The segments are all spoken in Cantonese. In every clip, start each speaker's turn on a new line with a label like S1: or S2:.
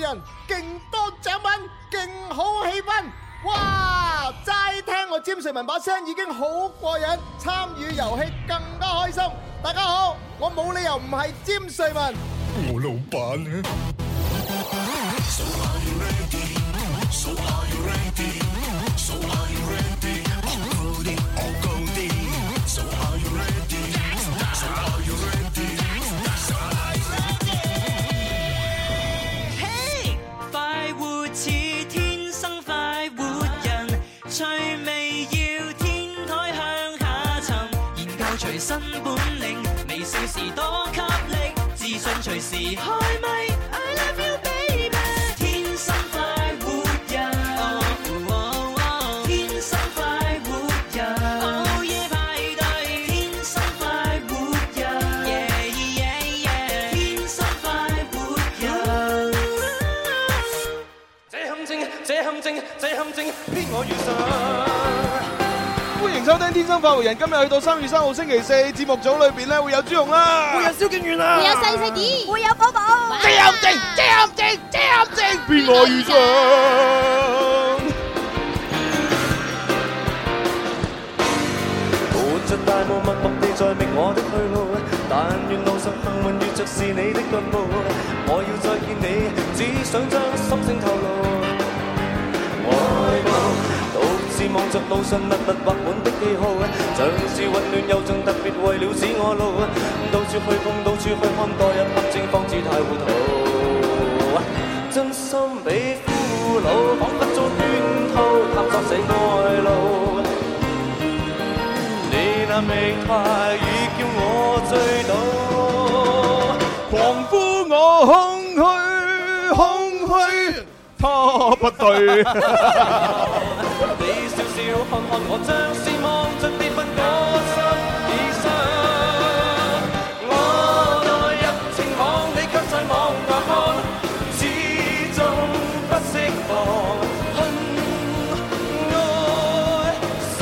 S1: 人，勁多獎品，勁好氣氛。哇！齋聽我詹瑞文把聲已經好過癮，參與遊戲更加開心。大家好，我冇理由唔係詹瑞文。
S2: 我老闆啊！
S3: 嘿，快活似天生快活人，趣味要天台向下沉，研究隨身本領，微笑時多給力，自信隨時開咪。I love you baby，天生快活人，哦哦天生快活人，午夜派對，天生快活人，yeah yeah yeah，天生快活人。
S4: 這陷阱，這陷阱，這陷阱，偏我遇上。
S5: 歡迎收聽《天生快活人》，今日去到三月三號星期四，節目組裏邊咧會有朱紅啦，會有蕭敬遠啦
S6: 會有細細啲，會有寶寶，
S5: 遮陷阱，遮陷阱，遮陷阱，邊個遇上？
S4: 活着大霧，默默地在覓我的去路。但願路上幸運遇着是你的腳步。我要再見你，只想將心聲透露。愛慕，獨自望着路上密密畫滿的記號，像是混亂又像特別為了指我路，到處去碰，到處去看，墮入陷阱方知太糊塗。真心比俘虜，彷彿遭圈套，探索死愛路。你那媚態已叫我醉倒。
S5: 狂呼我空虛，空虛，他不對。
S4: 你笑笑看看我，將視望盡跌份我心已傷。我代入情網，你卻在網外看，始終不釋放。恨愛心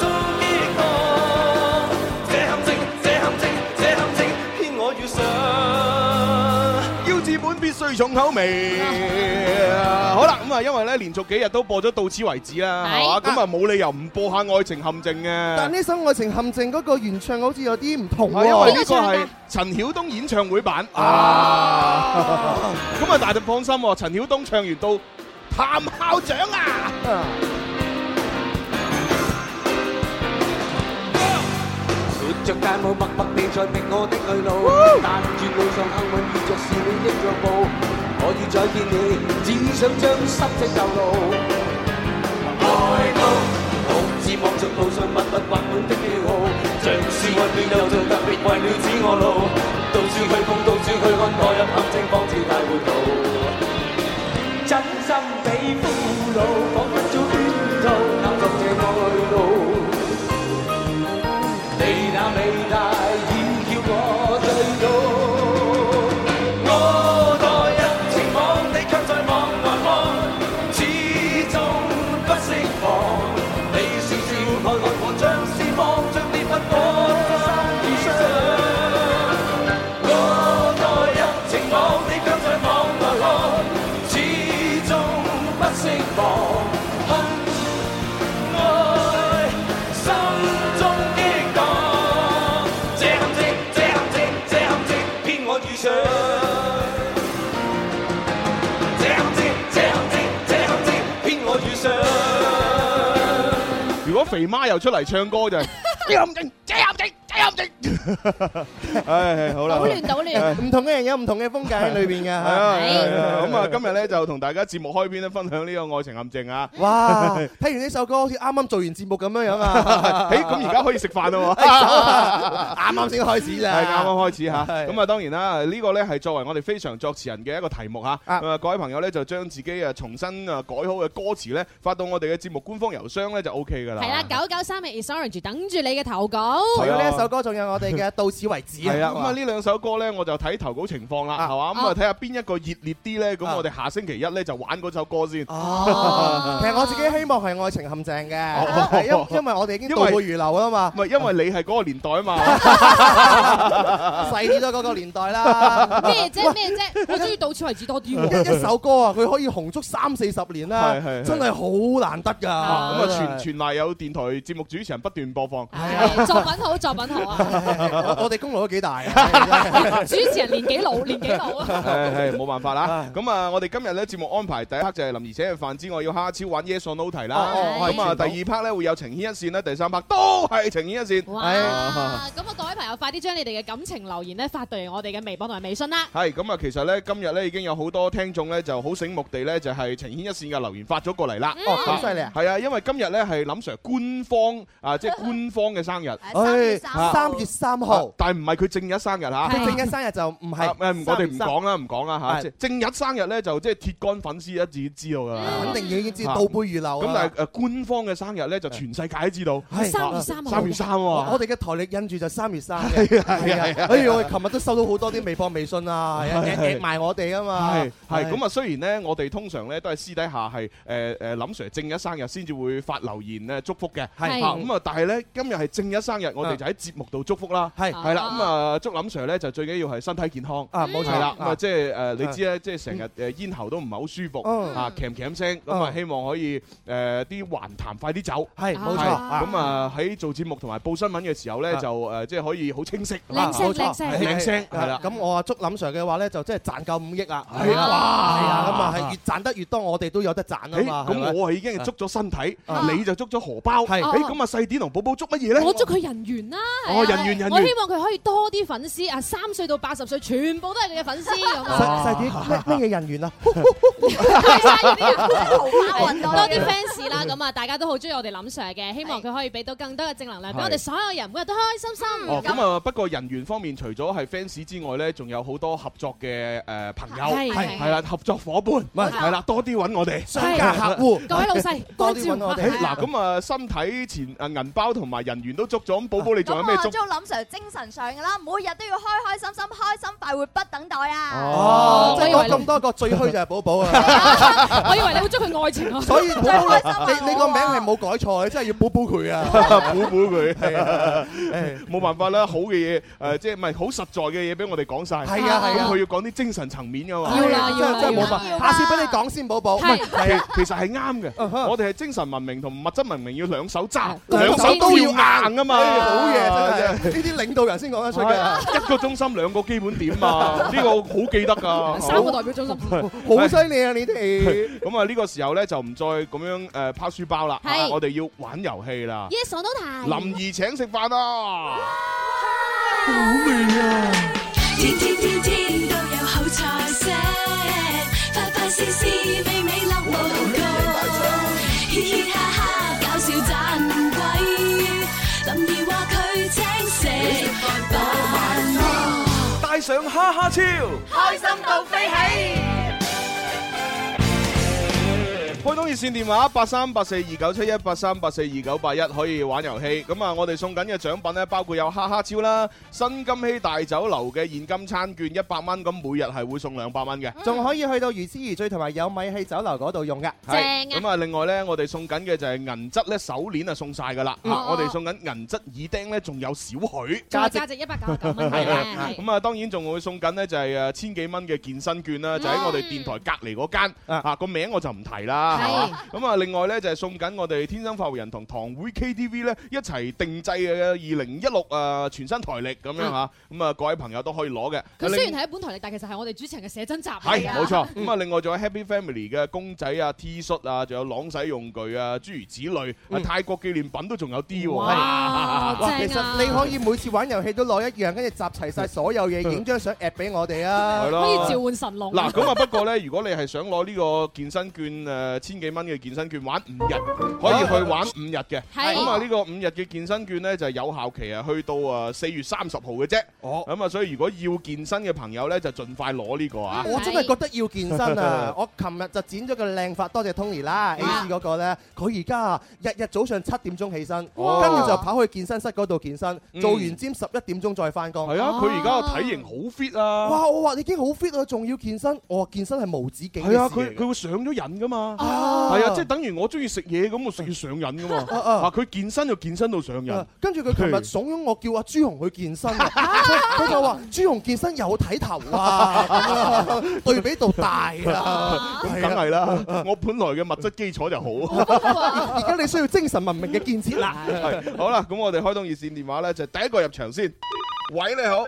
S4: 中激盪，這陷阱，這陷阱，這陷阱，偏我遇上。
S5: 腰子本必須重口味。好啦，咁啊，因為咧連續幾日都播咗到此為止啦，
S6: 係
S5: 係嘛？咁啊冇理由唔播下愛情陷阱嘅
S1: 但。呢首《愛情陷阱》嗰個原唱好似有啲唔同
S5: 係啊因為
S1: 喎。
S5: 呢個係陳曉東演唱會版啊。咁啊，但係放心喎，陳曉東唱完到譚校長啊，
S7: 活着但冇默默地在覓我的去路，但願路上幸運遇着是你的腳步。我要再見你，只想將心聲透露。愛到獨自望着路上密密畫滿的記號，像是混亂又像特別為了指我路，到處去碰，到處去看，墮入陷阱方知大糊塗。真心地俘虜，彷彿早圈套，探索這愛路。你那美大已叫我醉倒，我待人情網，你卻在網外看，始終不釋放。你笑笑看看我，將視望像跌份我身以上。我待人情網，你卻在網外看，始終不釋放。恨愛心中激盪，這陷阱，這陷阱，這陷阱，偏我遇上。這陷阱，這陷阱，這陷阱，偏我遇上。
S5: 如果肥媽又出嚟唱歌就 係哎遮陷阱，遮陷阱，遮陷阱。唉，好啦。
S6: 搗
S5: 好啦
S6: 亂搗亂，
S1: 唔同嘅人有唔同嘅風格喺裏邊㗎。
S5: 係啊
S1: 嚇
S5: 係啊咁啊，今日咧就同大家節目開篇咧分享呢個愛情陷阱啊。
S1: 哇！睇完呢首歌好似啱啱做完節目咁樣樣啊！
S5: 誒，咁而家可以食飯啦
S1: 哎
S5: 喎。
S1: 走啊啱啱先開始
S5: 係
S1: 咋，
S5: 啱啱開始嚇，
S1: 係
S5: 咁啊當然啦，呢個咧係作為我哋非常作詞人嘅一個題目嚇。
S1: 啊
S5: 咁啊各位朋友咧就將自己啊重新啊改好嘅歌詞咧發到我哋嘅節目官方郵箱咧就 O K 㗎啦。
S6: 係啦，九九三嘅 is orange 等住你嘅投稿，
S1: 除咗呢
S5: 係啊
S1: 一首歌，仲有我哋嘅，到此為止
S5: 系啊，咁啊
S1: 呢
S5: 呢兩首歌咧，我就睇投稿情況啦，
S1: 啊
S5: 係嘛，
S1: 啊
S5: 咁啊睇下邊一個熱烈啲咧，咁
S1: 啊
S5: 我哋下星期一咧就玩嗰首歌先。
S1: 哦， 其實我自己希望係愛情陷阱
S5: 哦
S1: 嘅，係因因為我哋已經
S5: 因
S1: 倒
S5: 為
S1: 過如流啦嘛
S5: 唔，係因為你係嗰個年代啊 嘛，
S1: 細啲都嗰個 年代啦。
S6: 咩啫咩啫，我中意到此為止多啲喎。
S1: 一一首歌啊，佢可以紅足三四十年啦
S5: 係係，係
S1: 真係好難得㗎。咁
S5: 咁
S6: 啊
S5: 啊全全賴有電台節目主持人不斷播放。
S6: 係作品好，作品 好啊！
S1: 我我哋功勞都幾大。
S6: 主持人年紀老，年紀老啊！
S5: 係係冇辦法啦。咁啊，我哋今日咧節目安排第一 part 就係林兒姐嘅飯之外，要蝦超玩 Yes or No 題啦。
S1: 哦
S6: 哦
S5: 咁
S1: 係
S5: 啊，第二 part 咧會有情牽一線啦，第三 part 都係情牽一線。
S6: 哇！咁啊，各位朋友，快啲將你哋嘅感情留言咧發到嚟我哋嘅微博同埋微信啦。
S5: 係咁啊，其實咧今日咧已經有好多聽眾咧就好醒目地咧就係情牽一線嘅留言發咗過嚟啦。
S1: 哦，咁犀利啊！
S5: 係啊，因為今日咧係林 Sir 官方啊，即係官方嘅生日，
S8: 三月三
S1: 唉
S8: 號
S1: 三月三號
S5: 啊，但係唔係佢正日生日嚇。
S1: 佢正一生日就唔
S5: 啊
S1: 係
S5: 誒，唔我哋唔
S1: 三月
S5: 講啦，唔講啦嚇。
S1: 係
S5: 即係正日生日咧，就即係鐵杆粉絲一致知道㗎
S1: 三
S5: 啦啊
S1: 肯。定已經知倒背如流
S5: 咁
S1: 啦
S5: 但係誒官方嘅生日咧，就全世界都知道。啊
S1: 係
S6: 三月三號
S5: 三月三啊
S1: 我
S5: 喎
S1: 我。哋嘅台歷印住就三月三嘅，係啊係啊！哎呀，我哋琴日都收到好多啲微博、微信啊，夾埋我哋啊嘛，
S5: 係係咁啊！雖然咧，我哋通常咧都係私底下係誒誒林 Sir 正日生日先至會發留言咧祝福嘅。
S6: 係
S5: 啊咁啊，但係咧今日係正日生日，我哋
S1: 啊
S5: 就喺節目度祝福啦。
S1: 係
S5: 係啦，咁啊祝林 Sir 咧就最緊要係身體健康。
S1: 啊冇
S5: 系
S1: 錯
S5: 啦，咁啊
S1: 啊
S5: 即係誒你知咧，即係成日誒咽喉都唔係好舒服，
S1: 嗯
S5: 啊咳咳聲，咁啊
S1: 嗯
S5: 希望可以誒啲環痰快啲走。
S1: 係冇錯
S5: 係
S1: 啊
S5: 咁啊喺做節目同埋報新聞嘅時候咧，
S1: 啊
S5: 就誒即係可以好清晰。
S6: 靚聲
S1: 冇錯
S6: 靚聲
S5: 靚聲係啦
S1: 咁我啊祝林 Sir 嘅話咧，就真係賺夠五億啊！
S5: 係啊哇
S1: 係啊，咁啊係越賺得越多，我哋都有得賺啊
S5: 誒
S1: 嘛。係咪
S5: 咁我係已經係捉咗身體，
S6: 啊
S5: 你就捉咗荷包。誒
S1: 係
S5: 咁啊細啲同寶寶捉乜嘢咧？
S6: 我祝佢人緣啦，
S5: 哦
S6: 係啊
S5: 人緣人緣
S6: 我希望佢可以多啲粉絲啊，三歲到八十歲全部都係佢嘅粉絲咁
S1: 細
S6: 啊，
S1: 細啲咩咩嘢人緣啊？
S8: 桃花
S6: 太晒嗰啲人
S8: 運
S6: 多
S8: 多
S6: 啲 fans 啦，咁啊，大家都好中意我哋林 Sir 嘅，希望佢可以俾到更多嘅正能量，俾我哋所有人每日都開開心心。
S5: 哦，咁啊，不過人緣方面，除咗係 fans 之外咧，仲有好多合作嘅誒朋
S6: 係
S5: 友，
S6: 係
S5: 係啦，合作伙伴，
S1: 係
S5: 係啦，多啲揾我哋。
S1: 商家客戶
S6: 各位老細
S1: 多
S6: 關
S1: 啲
S6: 照
S1: 搵我哋
S5: 誒嗱，咁啊，身體前啊銀包同埋人緣都捉咗，咁寶寶你仲有
S8: 咁
S5: 咩
S8: 我
S5: 捉？
S8: 祝林 Sir 精神上噶啦，每日都要開開心心、開心快活，不等待
S1: Ờ.
S8: 啊！
S1: 哦，即係
S6: 我以為
S1: 講
S6: 你
S1: 咁多個最虛就係寶寶 啊！
S6: 我以為你會祝佢愛 情啊，
S1: 所以寶
S8: 真係開心
S1: 寶
S8: 啊
S1: 你你個
S8: 我
S1: 名係冇改錯，你真係要補補佢啊！
S5: 估估 佢， 冇辦法啦，好嘅嘢誒，即係唔係好實在嘅嘢俾我哋講晒。
S1: 係啊係
S5: 咁
S1: 啊
S5: 佢。要講啲精神層面噶嘛
S6: 要。啦
S1: 真
S6: 要啦
S1: 係真係
S6: 要
S1: 冇
S6: 啦
S1: 法，
S8: 要啦
S1: 下次俾你講先，寶寶。
S6: 係
S5: 其其實係啱嘅，
S1: 嗯哼
S5: 我哋係精神文明同物質文明要兩手揸，
S1: 兩
S5: 兩
S1: 手
S5: 手
S1: 都
S5: 都
S1: 要
S5: 要硬啊嘛，
S1: 哎好嘢
S5: 真係
S1: 真係，呢啲領導人先講得出嘅，
S5: 一個中心兩個基本 點啊！呢個我好記得㗎。
S6: 三個代表中心。
S1: 好犀利啊！你哋
S5: 咁啊，呢個時候咧就唔再咁樣誒拋書包啦，
S6: 係
S5: 我哋要玩遊戲啦。
S6: Yes or no 題
S5: 林兒請食飯啊！
S9: 天天天天都有好菜色，快快事事美美樂無窮，嘻嘻哈哈搞笑盞鬼，林兒話佢請食飯咯。
S5: 帶上哈哈超，
S8: 開心到飛起。
S5: 開通熱線電話八三八四二九七一八三八四二九八一可以玩遊戲。咁啊，我哋送緊嘅獎品咧，包括有哈哈超啦、新金禧大酒樓嘅現金餐券一百蚊，咁每日係會送兩百蚊嘅。
S6: 嗯
S1: 仲可以去到魚之魚最同埋有米氣酒樓嗰度用嘅，
S5: 係
S6: 正啊
S5: 咁啊，另外咧，我哋送緊嘅就係銀質咧手鏈啊，送晒噶啦。啊我哋送緊銀質耳釘咧，仲有少許。
S6: 嗯仲有價值一百九十九蚊嘅， 係
S5: 咁啊，當然仲會送緊呢，就係誒千幾蚊嘅健身券
S6: 嗯
S5: 啦，就喺我哋電台隔離嗰間
S1: 啊
S5: 啊個名我就唔提啦，
S6: 係
S5: 係嘛咁啊，另外呢，就係送緊我哋天生發育人同堂會 KTV 呢，一齊定製嘅二零一六誒全新台歷咁樣嚇，咁啊各位朋友都可以攞嘅。
S6: 嗯佢
S5: 另
S6: 雖然係一本台歷，但其實係我哋主持人嘅寫真集嚟㗎
S5: 係冇錯，咁啊，另外仲有 Happy Family 嘅公仔啊、T 恤啊，仲有朗洗用具啊，諸如此類。啊，泰國紀念品都仲有啲
S6: 嗯哇
S5: 喎。
S1: 哇！其
S6: 正啊
S1: 實你可以每次玩遊戲都攞一樣，跟住集齊晒所有嘢，影張相 at 俾我哋啊
S5: 係！
S6: 可
S5: 咯
S6: 以召喚神
S5: 啊
S6: 龍。
S5: 嗱，咁啊，不過咧，如果你係想攞呢個健身券誒千幾幾蚊嘅健身券玩五日，可以去玩五日嘅。
S2: 係
S5: 咁啊，呢個五日嘅健身券呢，就係有效期啊，去到啊四月三十號嘅啫。
S1: 哦
S5: 咁啊，所以如果要健身嘅朋友呢，就盡快攞呢個
S6: 哦
S5: 啊。
S1: 我真係覺得要健身啊！ 我琴日就剪咗個靚髮，多謝 Tony
S5: 啊
S1: 啦，A C 嗰個咧，佢而家啊日日早上七點鐘起身，
S5: 哇
S1: 跟住就跑去健身室嗰度健身，
S5: 哦嗯
S1: 做完尖十一點鐘再翻工。
S5: 係啊，佢而家個體型好 fit 啊！
S1: 哇！我話你已經好 fit 啦，仲要健身，我話健身係無止境嘅
S5: 係啊，
S1: 事
S5: 佢
S1: 嚟嘅
S5: 佢會上咗癮噶嘛，
S1: 啊
S5: 係啊，即係等於我中意食嘢咁，我食要上癮噶嘛，啊佢健身就健身到上癮，
S1: 跟住佢琴日慫恿我叫阿朱紅去健身 啊，佢佢就話朱紅健身有睇頭啊，咁啊 對比度大啊，
S5: 咁梗係啦，我本來嘅物質基礎 就好。
S1: 而家你需要精神文明嘅建設啦。
S5: 係好啦，咁我哋開通熱線電話咧，就第一個入場先。喂，你好。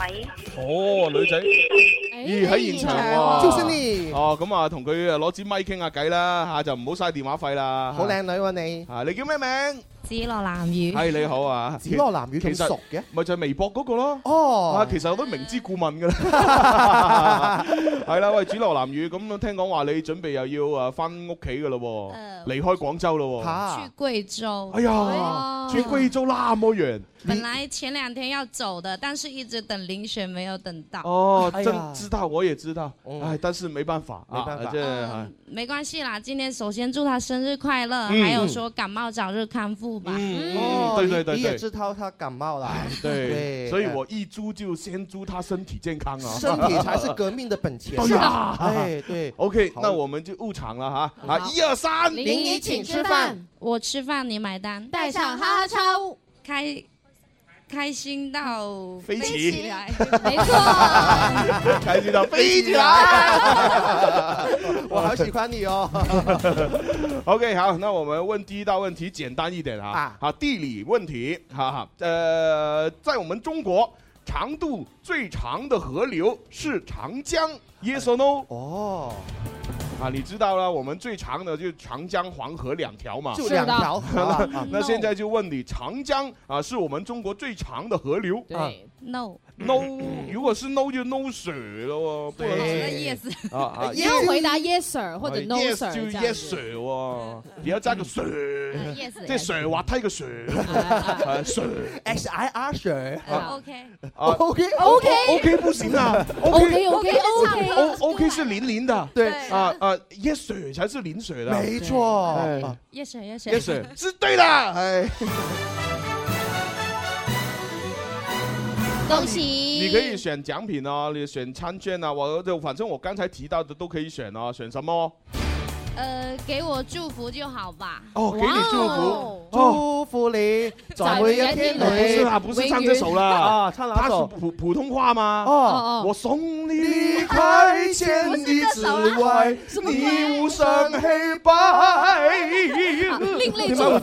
S10: 喂，
S5: 哦，女仔，
S11: 哎
S5: 咦喺現場喎，
S1: 朱 Sunny
S5: 哦，咁啊，同佢啊攞支咪傾下偈啦，吓就唔好嘥電話費啦。
S1: 好靚女喎你，
S5: 啊，你叫咩名？
S11: 紫羅蘭語。
S5: 係你好啊，
S1: 紫羅蘭語
S5: 其實
S1: 咁熟嘅，
S5: 咪就係微博嗰個咯。
S1: 哦
S5: 啊，其實我都明知故問㗎 啦。係啦，喂，紫羅蘭語咁聽講話你準備又要啊翻屋企㗎咯喎，離開廣州咯喎。
S11: 去貴州。
S5: 哎
S1: 哦
S5: 呀，去
S6: 哎
S5: 貴州那麼遠。
S11: 本来前两天要走的，但是一直等林雪没有等
S1: 啊
S11: 到。
S5: 哦，
S6: 哎
S5: 真知道，我也知道，哎，但是没辦法，
S1: 哎嗯沒辦法
S5: 啊这哎
S11: 没关系啦，今天首先祝他生日快乐，
S5: 嗯
S11: 还有说感冒早日康复吧。
S5: 嗯对对对
S1: 哦你也
S5: 对
S1: 知道他感冒啦，
S5: 对，所以我一租就先租他身体健康啊，
S1: 身体才是革命的本 钱。
S5: 对呀，
S1: 哎对
S5: ，OK，
S1: 好
S5: 那我们就入场了哈，
S11: 好
S5: 啊，一二三，
S11: 林姨请吃饭，我吃饭你买单，带
S6: 上哈哈超，
S11: 开开心到
S5: 飞起
S11: 来，
S6: 没错。
S5: 开心到飞起来
S1: 来，我好喜欢你哦。
S5: OK，好，那我们问第一道问题，简单一点啊
S1: 啊，
S5: 好，地理问题，哈哈，呃，在我们中国，长度最长的河流是长江，Yes or No？
S1: 哦。
S5: 啊，你知道了，我们最长的就是长江、黄河两条嘛，
S1: 就两条河啊
S5: 那
S1: 啊
S5: 那现在就问你，长江啊是我们中国最长的河流，啊
S11: ，no，
S5: ，no，如果是 no 就 no sir 了哦，不能
S11: 对好了，yes
S5: 啊啊
S6: 你要回答 yes sir 或者 no
S5: yes
S6: sir
S5: 就
S6: 这样
S5: yes
S6: 子
S5: sir 喎，而家揸個
S11: 啊 yes
S5: sir，即係
S11: yes
S5: sir 滑梯個 sir，係啊 sir。
S1: S I R Sir。
S11: OK，
S5: 啊
S1: OK
S5: OK OK 不行啊
S1: OK，OK，
S5: OK
S1: OK，
S5: O OK 是零零的，
S1: 对
S5: 啊啊 Yes sir 才是零 sir 的，
S1: 没错
S5: 哎
S1: 啊
S11: Yes sir，Yes sir，
S5: Yes sir 是对的，哎，
S6: 恭喜！
S5: 你
S6: 你
S5: 可以选奖品啊，你选餐券啊，我就反正我刚才提到的都可以选啊，选什么？
S11: 呃，给我祝福就好吧。
S5: 哦，
S11: 哦
S5: 给你祝福。
S1: 祝福你，哦在每一天
S5: 不
S1: 里。
S5: 是啦，不是唱这首啦，
S1: 啊，唱哪
S5: 它是
S1: 首？
S5: 普普通话吗？
S1: 哦
S5: 我送你
S1: 离开千里之外，你无上黑白。點解會將語出咗嚟啊
S5: 另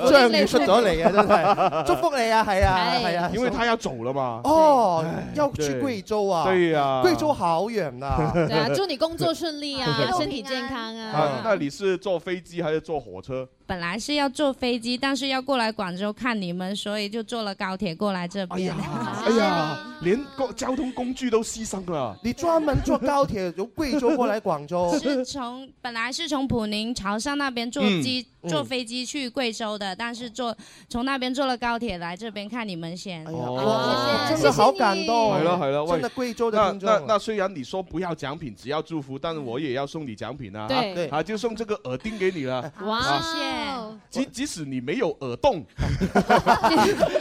S1: 嘅？真係， 祝福你啊，係啊，
S5: 哎
S1: 係啊，
S5: 因为他要走了嘛。
S1: 哦，要
S5: 对
S1: 去貴州啊，
S5: 对呀
S1: 貴州好遠 啊，
S6: 对啊，祝你工作顺利啊，身体健康
S5: 啊
S6: 啊。
S5: 那你是坐飞机还是坐火车？
S11: 本来是要坐飞机，但是要过来广州看你们，所以就坐了高铁过来这边。
S5: 哎呀，连公交通工具都牺牲了。
S1: 你專門坐高鐵由貴州過嚟廣州，
S11: 是从本来是从普宁潮汕那边坐
S1: 嗯
S11: 机、
S1: 嗯
S11: 坐飞机去贵州的，但是坐从那边坐了高铁来这边看你们先。
S5: 哦
S1: 真的好感動，
S5: 系咯系咯，喂
S1: 真的貴州的啊
S5: 那
S1: 聽
S5: 那
S1: 眾，
S5: 那虽然你说不要奖品，只要祝福，但我也要送你奖品啊！
S1: 对对
S5: 啊，就送这个耳钉给你了。
S6: 哇，
S5: 啊！
S6: 谢
S5: 即即使你没有耳洞，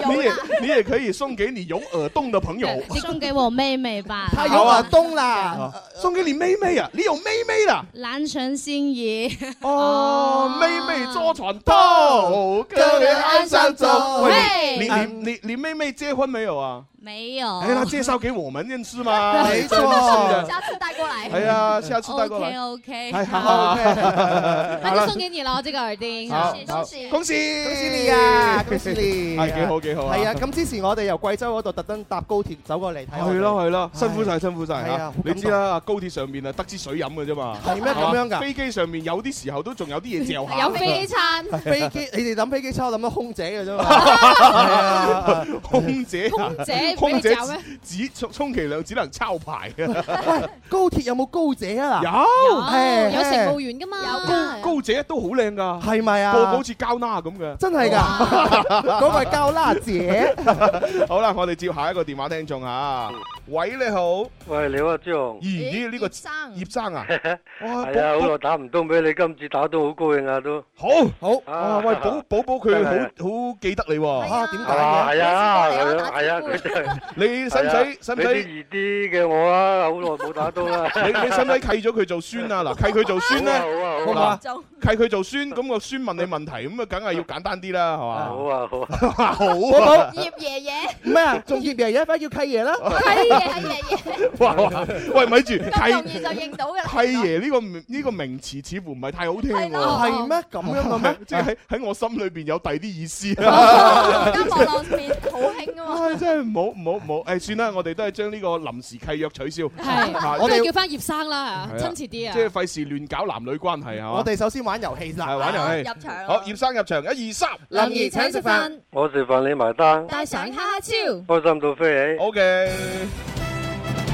S5: 你也你也可以送给你有耳洞的朋友。啊
S11: 你送给我妹妹吧。哦
S1: 他有耳洞啦，呃
S5: 送给你妹妹啊，你有妹妹啦。
S11: 蓝城心仪。
S5: 哦，妹妹坐床头，
S11: 跟人安上走
S5: 喂，
S11: 嘿
S5: 你你你你妹妹结婚没有啊？
S11: 没有。
S8: 哦
S5: 哎，她介绍给我们认识吗？
S1: 没错
S5: 真是的。
S8: 下次带过来。
S5: 哎呀，下次带过来。
S11: OK
S5: 哎
S11: OK。
S5: 好好好
S6: 那
S5: 好
S6: 就
S5: 了
S6: 送给你了，这个耳钉。
S5: 好
S6: 恭
S5: 好
S6: 喜
S5: 恭喜
S1: 恭喜你啊，恭喜 你，
S5: 係幾好幾好啊
S1: 係啊，咁之前我哋由貴州嗰度特登搭高鐵走過嚟睇我哋，
S5: 係咯係 咯，辛苦晒辛苦晒
S1: 係啊
S5: 嚇
S1: 好！
S5: 你
S1: 感動
S5: 知啦，高鐵上面啊得支水飲嘅啫嘛。
S1: 係咩
S5: 係嘛
S1: 咁樣㗎
S5: 飛機上面有啲時候都仲有啲嘢 嚼下。
S6: 有飛機餐，
S1: 飛 機，你哋諗 飛機餐，我諗到空姐嘅啫嘛。係啊
S5: 空姐啊，
S6: 空姐俾你
S5: 空姐
S6: 嚼咩
S5: 只充充其量只能抄牌
S1: 喂，高鐵有冇高姐
S5: Dạ.
S1: 啊？
S11: Dạ,
S5: 有
S1: 誒
S6: 有乘務員噶嘛？
S5: 高高姐都好靚㗎，
S1: 係咪啊
S5: 個個好似膠娜咁嘅，
S1: 真係㗎，
S11: Dạ.
S1: 嗰個係膠啦姐。
S5: 好啦，我哋接下一個電話聽眾嚇，喂你好，
S10: 喂你好啊朱紅，
S5: 咦咦呢個葉 生啊，哇
S10: 係啊，好耐打唔通俾你，今次打都好高興啊都。
S5: 好好啊喂寶寶寶 佢好好記得你喎，嚇點
S10: 係啊，係啊，係啊，佢真係。
S5: 你使唔使使唔
S10: 你
S5: 使
S10: 啲？易啲嘅我啊，好耐冇打到啦。
S5: 你你使唔使契咗佢做孫 啊？嗱，契佢做孫咧，
S10: 好啊
S5: 好嘛？契佢做孫，咁個孫問你問題，咁啊，梗係要簡單啲啦，係嘛？
S10: 好啊，好啊，
S5: 好
S1: 寶
S5: 啊
S1: 寶！
S8: 葉爺爺，
S1: 唔係啊，仲葉爺爺，快叫契爺啦！
S8: 契爺係爺爺，
S5: 哇哇喂，咪住，契
S8: 咁容易就認到㗎啦。
S5: 契爺呢個名呢個名詞似乎唔係太好聽喎。
S1: 係咩咁樣嘅咩？
S5: 即係喺喺我心裏邊有第二啲意思。啊
S6: 哦
S8: 而家網絡面好興啊
S5: 唉
S8: 嘛。
S5: 真係唔好唔好唔好，誒算啦，我哋都係將呢個臨時契約取消。啊
S6: 係，我哋叫翻葉生啦，親切啲啊。
S5: 即係費事亂搞男女關係係嘛？
S1: 我哋首先玩遊戲啦，
S5: 啊係玩遊戲。
S6: 場
S5: 好，葉生入場，一二三。
S6: 啊林兒請食飯，
S10: 我食飯你埋單，
S6: 帶上哈哈超。
S10: 開心到飛起。
S5: O K。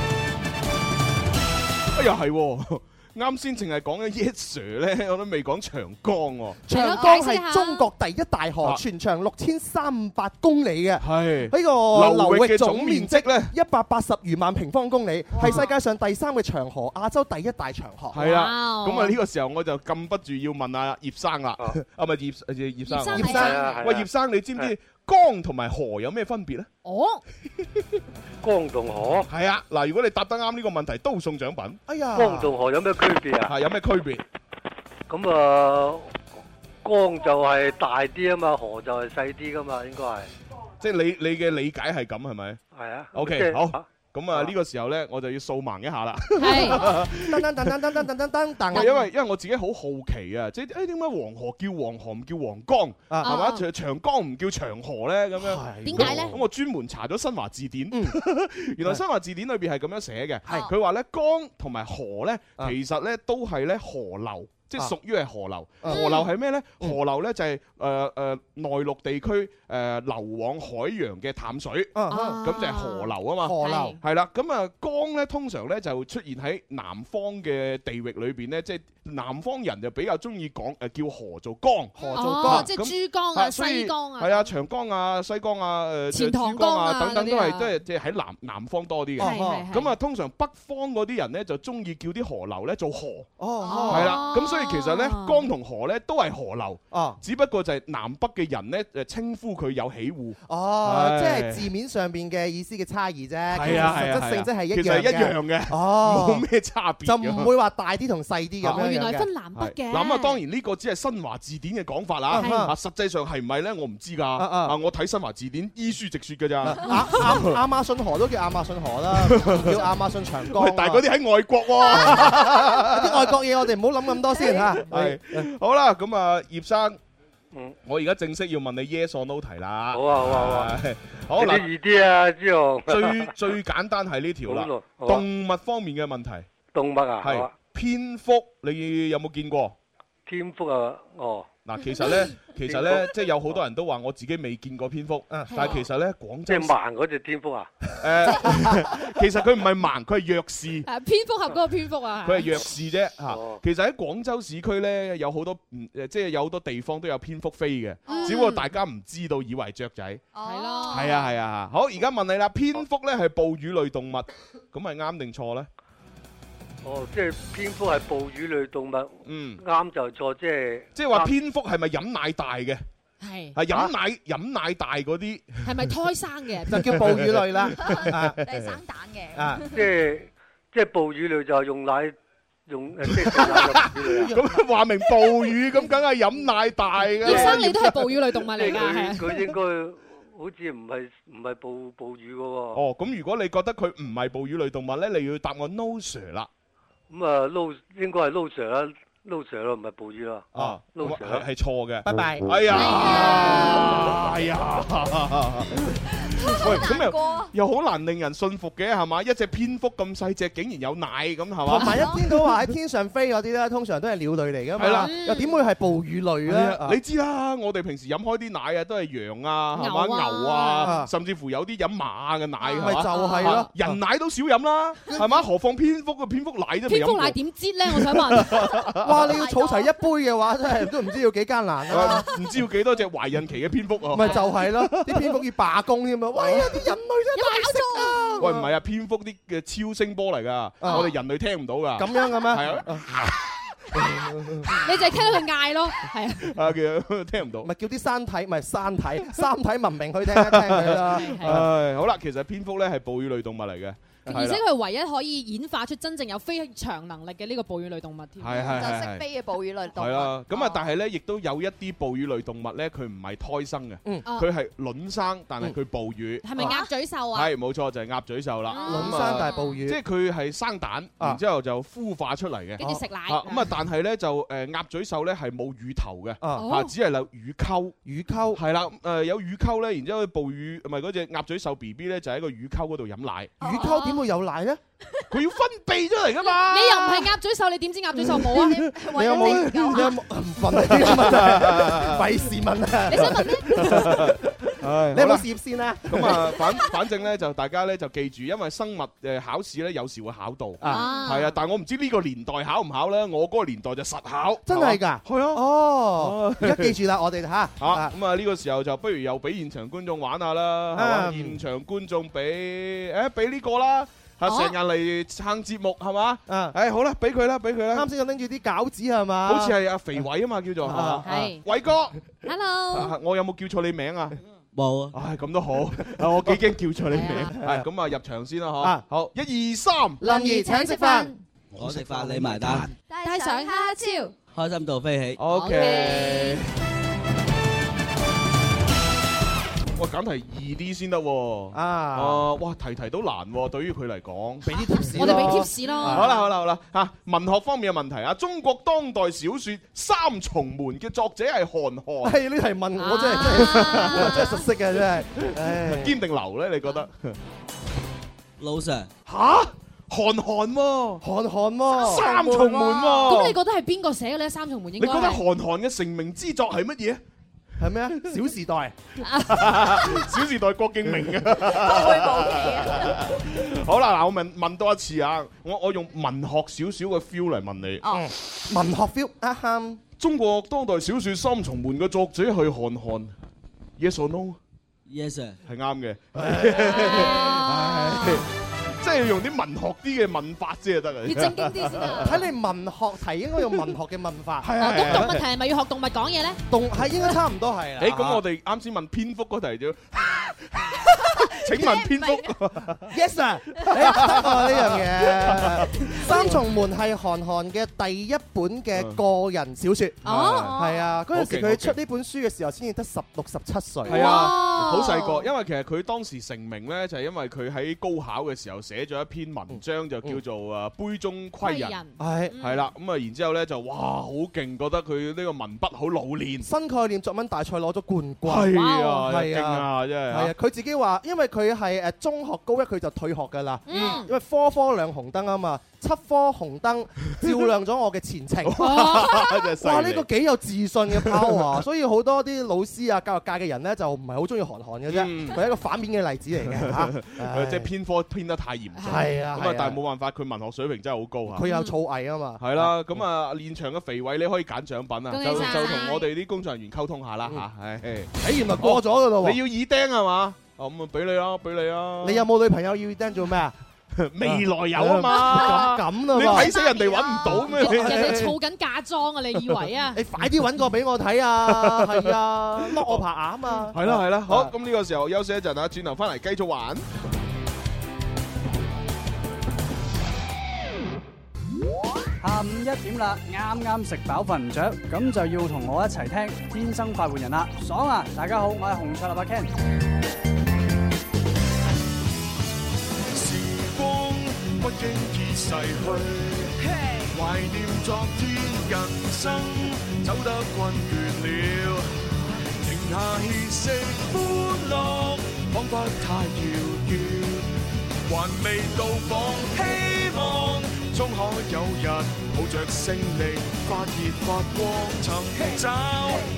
S5: 哎呀係喎，啱先淨係講緊 Yes Sir 咧，我都未講長江喎。
S1: 長江係中國第一大河，全長六千三百公里嘅。
S5: 啊係呢
S1: 個
S5: 流域
S1: 流
S5: 嘅
S1: 域
S5: 總
S1: 總
S5: 面
S1: 面
S5: 積
S1: 積
S5: 咧
S1: 咧一百八十餘萬平方公里，係世界上第三嘅長河，亞洲第一大長河。
S5: 係啦，
S6: 哦
S5: 咁啊呢個時候我就禁不住要問阿葉生
S10: 哦
S5: 啦， 啊唔係葉誒葉葉生，
S1: 葉生葉生係啊係啊
S5: 喂葉生，你知唔知江同埋河有咩分別咧？
S6: 哦，
S10: 江同河
S5: 係啊，嗱，如果你答得啱呢個問題，都送獎品。
S1: 哎呀
S10: 江同河有咩區別啊？
S5: 係有咩區別？
S10: 咁啊，江就係大啲啊嘛，河就係細啲噶嘛，應該係。
S5: 即係你你嘅理解係咁係咪？
S10: 係啊。即
S5: OK，
S10: 係
S5: 好。咁啊呢個時候咧，我就要掃盲一下啦。
S1: 噔噔噔噔噔噔噔噔
S5: 唔係
S1: 噔。
S5: 因為因為我自己好好奇啊，即係誒點解黃河叫黃河唔叫黃江
S1: 啊
S5: 係嘛？
S1: 啊
S5: 長長江唔叫長河咧咁樣，
S1: 點解咧嗯
S5: 咁我專門查咗新華字典， 原來新華字典裏邊係咁樣寫嘅，
S1: 係
S5: 佢話咧江同埋河咧，其實咧都係咧河流。即係
S1: 啊
S5: 屬於係河流，
S1: 嗯
S5: 河流係咩呢？河流呢就呃係誒誒內陸地區誒、呃流往海洋嘅淡水，咁、
S1: 啊
S5: 就係河流啊嘛。
S1: 河流
S5: 係啦，咁啊江咧通常咧就出現喺南方嘅地域裏邊咧，即係南方人就比較中意講誒叫河做江，河
S6: 做江哦即係珠江啊西江啊
S5: 係啊長江啊西江啊誒
S6: 錢塘
S5: 珠江啊
S6: 江啊
S5: 等等都
S6: 嗰啲
S5: 係
S6: 啊
S5: 都係即係喺南南方多啲
S6: 係係
S5: 嘅。
S6: 係
S5: 咁啊通常北方嗰啲人咧就中意叫啲河流咧做河，
S1: 哦
S5: 係啦，咁所以其實咧江同河咧都係河流，
S1: 啊
S5: 只不過就係南北嘅人咧誒稱呼佢有起戶。
S1: 哦，
S5: 係
S1: 即係字面上邊嘅意思嘅差異啫，其
S5: 係
S1: 實
S5: 啊係
S1: 實
S5: 啊係啊
S1: 質性即係一
S5: 其實
S1: 樣
S5: 係一樣嘅
S1: 哦，
S5: 冇咩差別
S1: 就
S5: 㗎
S1: 唔會話大啲同細啲咁樣樣嘅。
S5: 哦係啊嗱咁啊，當然呢個只係新華字典嘅講法啦。
S1: 係
S5: 啊，實際上係唔係咧？我唔知㗎。啊，我睇新華字典依書直説㗎
S1: 啊
S5: 咋。
S1: 亞亞馬遜河都叫亞馬遜河 啦，叫亞馬遜長江啊
S5: 喂
S1: 嘛。，
S5: 但係嗰啲喺外國喎。
S1: 啲外國嘢，我哋唔好諗咁多先哎嚇。
S5: 係哎好啦，咁啊，葉生，我而家正式要問你 yes or no 題啦。好
S10: 嗯啊好啊好啊
S5: 好
S10: 呢
S5: 嗱
S10: 啲易啲啊，朱紅。
S5: 最最簡單係呢條啦
S10: 好咯，好啊
S5: 動物方面嘅問題。
S10: 動物啊，好
S5: 係
S10: 啊
S5: 蝙蝠，你有冇見過？
S10: 蝙蝠啊，哦。
S5: 嗱，其實 咧，其實咧
S10: 蝙，
S5: 即係有好多人都話我自己未見過蝙蝠，啊
S1: 啊
S5: 但係其實咧，廣
S10: 即
S5: 州
S10: 係盲嗰隻蝙蝠啊。
S5: 誒， 其實佢唔係盲，佢係弱視，
S6: 誒蝙蝠俠嗰個蝙蝠啊，
S5: 佢係弱視啫
S10: 哦
S5: 嚇。其實喺廣州市區咧，有好多嗯誒，即係有好多地方都有蝙蝠飛嘅，
S6: 嗯哦
S5: 只不過大家唔知道，以為雀仔。係
S6: 係咯，
S5: 啊係啊，好，而家問你啦，蝙蝠咧係哺乳類動物，咁係啱定錯咧？
S10: 哦，即係蝙蝠係哺乳類動物。
S5: 嗯。
S10: 啱就錯，即係。
S5: 即係話蝙蝠係咪飲奶大嘅？
S6: 係
S5: 係
S10: 啊
S5: 飲奶飲奶大嗰啲，啊
S6: 係咪胎生嘅？
S5: 啊生
S6: 蛋嘅
S5: 啊
S10: 即係即係哺乳類就係用奶用誒，即係做奶嘅哺乳類啊。
S5: 咁話明哺乳咁，梗係飲奶大嘅。
S6: 葉生你都係哺乳類動物嚟㗎，係
S10: 佢
S6: 啊
S10: 佢應該好似唔係唔係哺哺乳嘅喎。
S5: 哦，咁如果你覺得佢唔係哺乳類動物咧，你要答我 no sir 啦。
S10: 咁啊，撈應該係撈 Sir 啦， loser 咯，唔係捕魚咯。
S5: 啊
S10: ，loser
S5: 係係錯嘅，
S10: 拜拜
S5: 哎呀，哎呀，喂，咁又又好難令人信服嘅係嘛？一隻蝙蝠咁細隻，竟然有奶咁係嘛？
S1: 同埋一天到話喺天上飛嗰啲咧，通常都係鳥類嚟噶
S5: 係
S1: 嘛
S5: 啦，
S1: 又點會係哺乳類
S5: 係
S1: 咧
S5: 啊？你知啦，我哋平時飲開啲奶啊，都係羊啊，係嘛
S1: 牛啊
S5: 牛啊，甚至乎有啲飲馬嘅奶，係嘛
S1: 咪就係咯
S5: 啊人奶都少飲啦，係嘛？何況蝙蝠嘅蝙蝠奶都未
S6: 蝙
S5: 飲
S6: 蝠
S5: 過
S6: 奶點擠咧？我 想問。
S1: 啊哇！你要儲齊一杯嘅話，真係都唔知要幾艱難 啦。
S5: 唔知要幾多隻懷孕期嘅蝙蝠啊？
S1: 咪就係咯，啲蝙蝠要罷工添 啊！喂啊，啲人類真係
S5: 喂，唔係啊，蝙蝠啲嘅超聲波嚟㗎，我哋人類聽唔到㗎。
S1: 咁樣嘅咩
S5: 係啊，
S6: 你就係聽到佢嗌咯，係啊。
S5: 啊，其實 聽唔到。
S1: 咪叫啲山體，唔係山體，山體文明去聽一聽佢啦。
S5: 唉，好啦，其實蝙蝠咧係哺乳類動物嚟嘅，
S6: 而且佢係唯一可以演化出真正有飛翔能力嘅呢個哺乳類動物添，
S5: 係係係
S6: 就識飛嘅哺乳類
S5: 係啦，咁啊，但係咧，亦都有一啲哺乳類動物咧，佢唔係胎生嘅，
S6: 嗯
S5: 佢係卵生，但係佢哺乳。
S6: 係咪鴨嘴獸啊？嗯
S5: 係冇錯，就係鴨嘴獸啦。
S1: 卵
S5: 咁啊
S1: 生大啊哺乳
S5: 即係佢係生蛋，然之後就孵化出嚟嘅。
S6: 跟住食奶
S5: 啊咁啊，但係咧就誒鴨嘴獸咧係冇乳頭嘅，
S1: 哦
S5: 啊只係有乳溝。
S1: 乳溝
S5: 係啦，誒有乳溝咧，然之後哺乳唔係嗰只鴨嘴獸 B B 咧，就喺個乳溝嗰度飲奶。
S1: 乳溝點會有奶咧？
S5: 佢要分泌出嚟㗎嘛。
S6: 你又唔係鴨嘴獸，你點知鴨嘴獸冇 啊？
S1: 你有冇？你
S6: 啊
S1: 有冇？唔問呢啲問題，費事問啊！
S6: 你想問
S5: 唉
S1: 你有
S5: 好啦
S1: 冇事業先啊？
S5: 咁啊，反反正咧就大家咧就記住，因為生物誒考試咧有時會考到，係
S1: 啊
S5: 啊，但係我唔知呢個年代考唔考咧，我嗰個年代就實考，
S1: 真係㗎，
S5: 係啊，
S1: 哦，而家記住啦，我哋嚇，
S5: 嚇。啊，咁啊呢個時候就不如又俾現場觀眾玩下啦，係嘛？
S1: 嗯
S5: 現場觀眾俾誒俾呢個啦，嚇
S1: 哦
S5: 成日嚟撐節目係嘛？
S1: 嗯，
S5: 誒好啦，俾佢啦，俾佢啦
S1: 啱。先就拎住啲餃子係嘛？
S5: 好似係阿肥偉啊嘛，叫做係嘛
S1: 係
S5: 偉哥。
S6: Hello，
S5: 啊我有冇叫錯你名啊？冇。唉，咁都好。啊我幾驚叫錯你名。係咁啊，入場先啦，嗬
S12: 啊。
S5: 好，一二三。
S12: 林怡請食飯，我食飯你埋單，
S6: 帶上蝦超。
S12: 開心到飛起。
S5: OK。哇，揀題易啲先得喎。啊。哇，題題都難喎，對於佢嚟講。俾啲 tips
S6: 我哋俾 tips 咯
S5: 好啦，好啦，好啦。嚇，文學方面嘅問題啊，中國當代小說《三重門》嘅作者係韓寒。
S1: 係呢題問我真
S6: 啊
S1: 係真係熟悉嘅 真 係，唉
S5: 堅定流咧？你覺得？
S12: 老 Sir，
S5: 吓？韓寒喎，
S1: 韓寒喎，
S5: 三重門喎。
S6: 咁你覺得係邊個寫嘅咧？三重門應
S5: 你
S6: 該
S5: 覺得
S6: 係
S5: 韓寒嘅成名之作係乜嘢？
S1: 係咩啊？小時代，
S5: 小時代郭敬 明嘅。
S1: 會
S6: 啊
S5: 好啦，嗱，我問問多一次啊，我我用文學少少嘅 feel 嚟問你。
S1: 哦文學 feel 啊喊，
S5: 中國當代小説《三重門》嘅作者係韓寒。Yes or no？Yes
S12: sir
S5: 係啱嘅。
S1: 哎
S5: 唉 即係要用啲文學啲嘅問法先就得啊。
S1: 睇你文學題應該用文學嘅問法，
S5: 係啊係啊
S6: 咁動物題係咪要學動物講嘢咧？
S1: 動係應該差唔多係啦。
S5: 誒，咁我哋啱先問蝙蝠嗰題啫。請問蝙蝠
S1: yes sir，誒得喎呢樣嘢。三重門係韓寒嘅第一本嘅
S5: 嗯
S1: 個人小説，
S5: 哦
S1: 係啊，嗰陣時
S5: OK，OK
S1: 佢出呢本書嘅時候先至得十六十七歲，
S5: 係啊，好細個，因為其實佢當時成名呢，就係因為佢喺高考嘅時候寫咗一篇
S1: 嗯
S5: 文章，就叫做誒杯中窺
S1: 窺人
S5: 人，
S1: 係
S5: 係啦，咁啊，然之後呢，就哇好勁，覺得佢呢個文筆好老練，
S1: 新概念作文大賽攞咗冠軍，
S5: 係啊，
S1: 係
S5: 勁
S1: 啊。
S5: 啊，真
S1: 係啊，
S5: 係
S1: 佢自己話，因為佢係誒中學高一佢就退學㗎啦，
S5: 嗯
S1: 因為科科亮紅燈啊嘛，七科紅燈 照亮咗我嘅前程。
S5: 哇真係犀利
S1: 哇！呢個幾有自信嘅 power，所以啊好多啲老師啊、教育界嘅人咧就唔係好中意韓寒嘅啫，
S5: 嗯
S1: 佢係一個反面嘅例 子嚟嘅嚇啊唉
S5: 誒即係偏科偏得太嚴重，
S1: 係啊
S5: 咁
S1: 係
S5: 啊
S1: 啊，
S5: 但係冇辦法，佢文學水平真係好高啊，
S1: 佢有造詣啊嘛。
S5: 係啦，咁啊，現場嘅肥偉你可以揀獎品啊，
S1: 恭喜
S5: 就就
S1: 晒
S5: 同我哋啲工作人員溝通
S1: 嗯
S5: 下啦嚇，係。
S1: 誒原來過咗㗎咯
S5: 你要
S1: 喎，
S5: 耳釘係嘛？哦咁啊，俾你啦，俾你啦。
S1: 你有冇女朋友要釘做咩啊？
S5: 未來有啊嘛
S1: 咁咁啦
S5: 你
S1: 嘛
S5: 睇死人哋揾唔到 咩？
S6: 人哋儲緊嫁妝啊！你 以為啊？
S1: 你快啲揾個俾我睇啊！係啊，剝我棚牙啊嘛。
S5: 係啦係啦，好，咁呢個時候休息一陣啊，轉頭翻嚟繼續玩。
S13: 下午一點啦，啱啱食飽瞓唔着，咁就要同我一齊聽《天生快活人》啦，爽啊！大家好，我係紅菜蘿蔔 Ken。
S2: 時光不經意逝去，
S4: 懷念昨天人生走得困倦了，停下歇息，歡樂彷彿太遙遠，還未到訪希望，終可有日抱着勝利發熱發光，尋找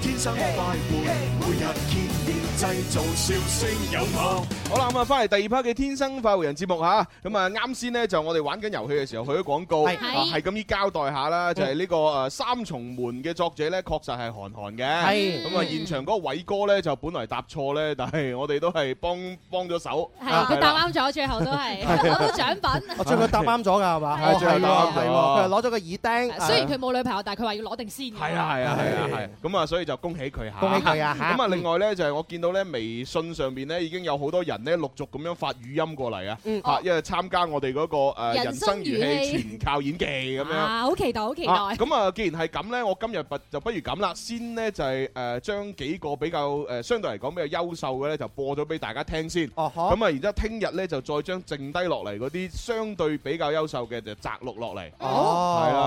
S4: 天生快活，每日見面製造笑聲有我。
S5: 好啦，咁啊，翻嚟第二 part 嘅《天生快活人》節目吓，咁啊，啱先呢，就我哋玩緊遊戲嘅時候，去咗廣告，
S14: 係
S5: 啊係咁依交代下啦，就係呢個誒三重門嘅作者呢，確實係韓寒嘅，
S14: 係
S5: 咁啊，現場嗰個偉哥呢，就本來答錯呢，但係我哋都係幫幫咗手，
S6: 係佢答啱咗，最後 都係攞到獎品。
S1: 啊我最佢答啱咗㗎係嘛？
S5: 係最後答啱咗
S1: 係喎佢係攞咗個耳釘。
S6: 雖然佢冇女朋友，但係佢話要攞定先。
S5: 係啊係啊係啊係，咁啊所以就恭喜佢嚇，
S1: 恭喜佢啊嚇
S5: 咁啊另外咧就係我見到咧微信上邊咧已經有好多人咧陸續咁樣發語音過嚟啊，嚇，因為參加我哋嗰個誒人
S6: 人生
S5: 生
S6: 如
S5: 如
S6: 戲
S5: 戲全靠演技咁樣。
S6: 啊，好期待，好期待。
S5: 啊咁啊，既然係咁咧，我今日不就不如咁啦，先咧就係誒將幾個比較誒相對嚟講比較優秀嘅咧就播咗俾大家聽先。
S1: 哦
S5: 咁啊，然之後聽日咧就再將剩低落嚟嗰啲相對比較優秀嘅就摘錄落嚟。
S1: 哦
S5: 係啦，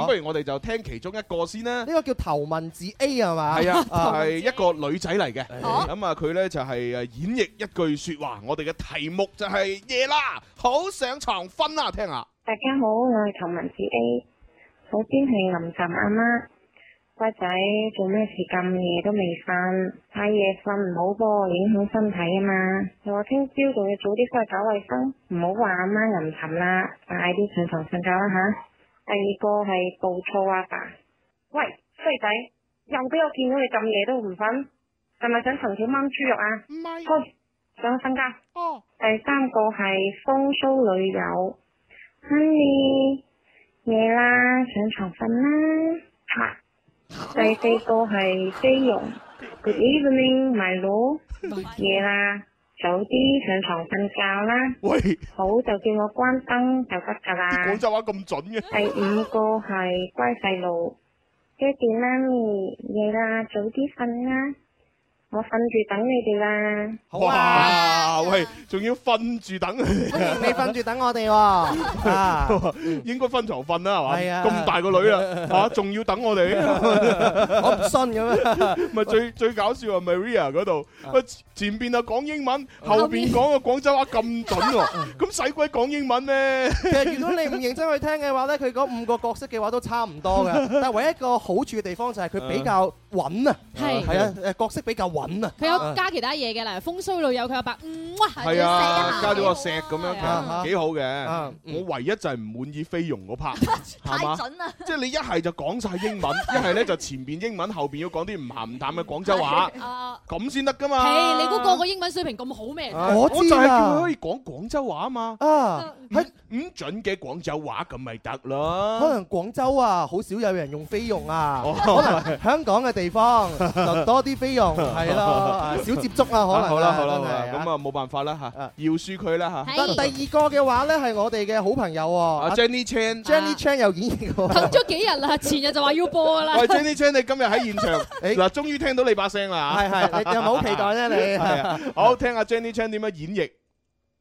S5: 咁不如我哋就聽其中一個先啦。
S1: 呢個叫頭文字 A 係嘛？
S5: 係啊，係一個女仔嚟嘅。咁啊，佢咧就係誒演繹一句説話，我哋嘅題目就係夜啦，好上床瞓啦，聽下。
S15: 大家好，我係頭文字 A，首先係林岑阿媽，乖仔做咩事咁夜都未瞓？太夜瞓唔好噃，影響身體啊嘛。又話聽朝仲要早啲翻去搞衞生，唔好話阿媽林岑啦，快啲上床瞓覺啦吓。第二個係暴躁阿爸，喂衰 仔，又俾我見到你咁夜都唔瞓，係咪想藤條掹豬肉啊？
S9: 唔係
S15: 去上去瞓覺。
S9: 哦，
S15: 第三個係風騷女友。Honey，夜啦，上床瞓啦。第四個係菲傭，Good evening，my love。夜啦，早啲上床瞓覺啦。
S5: 喂，
S15: 好就叫我關燈就得㗎啦。
S5: 廣州話咁準嘅。
S15: 第五個係乖細路，爹哋媽咪，夜啦，早啲瞓啦。我瞓住等你哋啦。
S5: 哇！喂，仲要瞓住等，
S1: 你 瞓住等我哋喎。啊，
S5: 應該分床瞓啦，係嘛？
S1: 係啊
S5: 咁大個 女啦，嚇仲要等我哋，
S1: 我唔信咁樣。
S5: 咪最最搞笑係 Maria 嗰度，喂前邊啊講英文，後邊講個廣州話咁準 喎，咁使鬼講英文咩？
S1: 其實如果你唔認真去聽嘅話咧，佢嗰五個角色嘅話都差唔 多嘅，但係唯一一個好處嘅地方就係佢比較穩啊，
S6: 係
S1: 係啊，誒角色比較穩啊。
S6: 佢有加其他嘢嘅，例如風騷女友，佢阿爸嗯哇，
S5: 係啊，加咗個石咁樣，其實幾好嘅
S1: 啊。
S5: 我唯一就係唔滿意菲傭 嗰 part，係嘛？
S6: 啦！
S5: 即係你一係就講晒英文，一係咧就前邊英文，後邊要講啲唔鹹唔淡嘅廣州話，
S6: 啊，
S5: 咁先得噶
S6: 係
S5: 嘛。啊
S6: 你估個個英文水平咁好咩？
S5: 我就係叫佢可以講廣州話啊嘛。
S1: 啊，
S5: 係唔準嘅廣州話咁咪得咯。
S1: 可能廣州啊，好少有人用菲傭啊，
S5: 哦
S1: 可能香港嘅地 方就多啲菲傭，係咯，啊少接觸啊，可能啊。
S5: 好啦好啦好
S1: 真
S5: 啦
S1: 係，
S5: 咁
S1: 啊
S5: 啊冇辦法啦嚇，要輸佢啦嚇。
S1: 得第二個嘅話咧，係我哋嘅好朋友喎
S5: 阿啊 Jenny Chan。
S1: Jenny Chan 又演繹
S6: 等
S1: 喎。
S6: 咗幾日啦，前日就話要播啦。
S5: 喂，Jenny Chan，你今日喺現 場，嗱，終於聽到你把聲啦嚇。
S1: 係係你有冇 好期待咧你
S5: 係啊，好聽下 Jenny Chan 點樣演繹。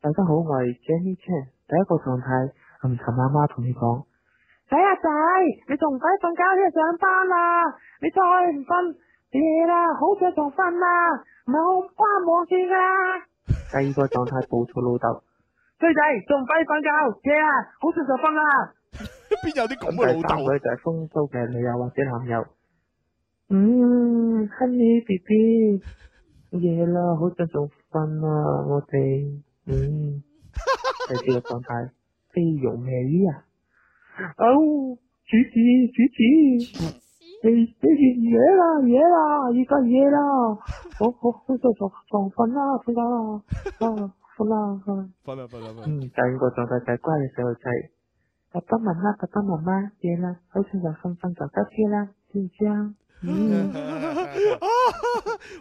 S16: 大家好，我係 Jenny Chan。第一個狀態，林尋阿媽同你講，
S17: 仔啊仔，你仲唔使瞓覺都要上班啦！你再唔瞓夜啦，好上床瞓啦，唔係我關望住噶。
S16: 第二個狀態暴躁老豆，
S17: 衰仔，仲唔使瞓覺夜啦，好上床瞓啦。
S5: 邊有啲咁
S16: 第三個就係風騷嘅女友或者男友。嗯，Honey B B，夜啦，好想仲瞓啊，我哋。嗯，第四個狀態，菲傭美啊。哦，主子主子，你你夜啦夜啦，而家夜啦，好好好上床床瞓啦，瞓覺啦，啊瞓啦。瞓啦
S5: 瞓啦瞓啦瞓
S16: 嗯，第五個狀態就係乖嘅細路仔。爸爸媽媽，爸爸媽媽，夜啦，好似就瞓瞓就得啲啦，知唔知啊？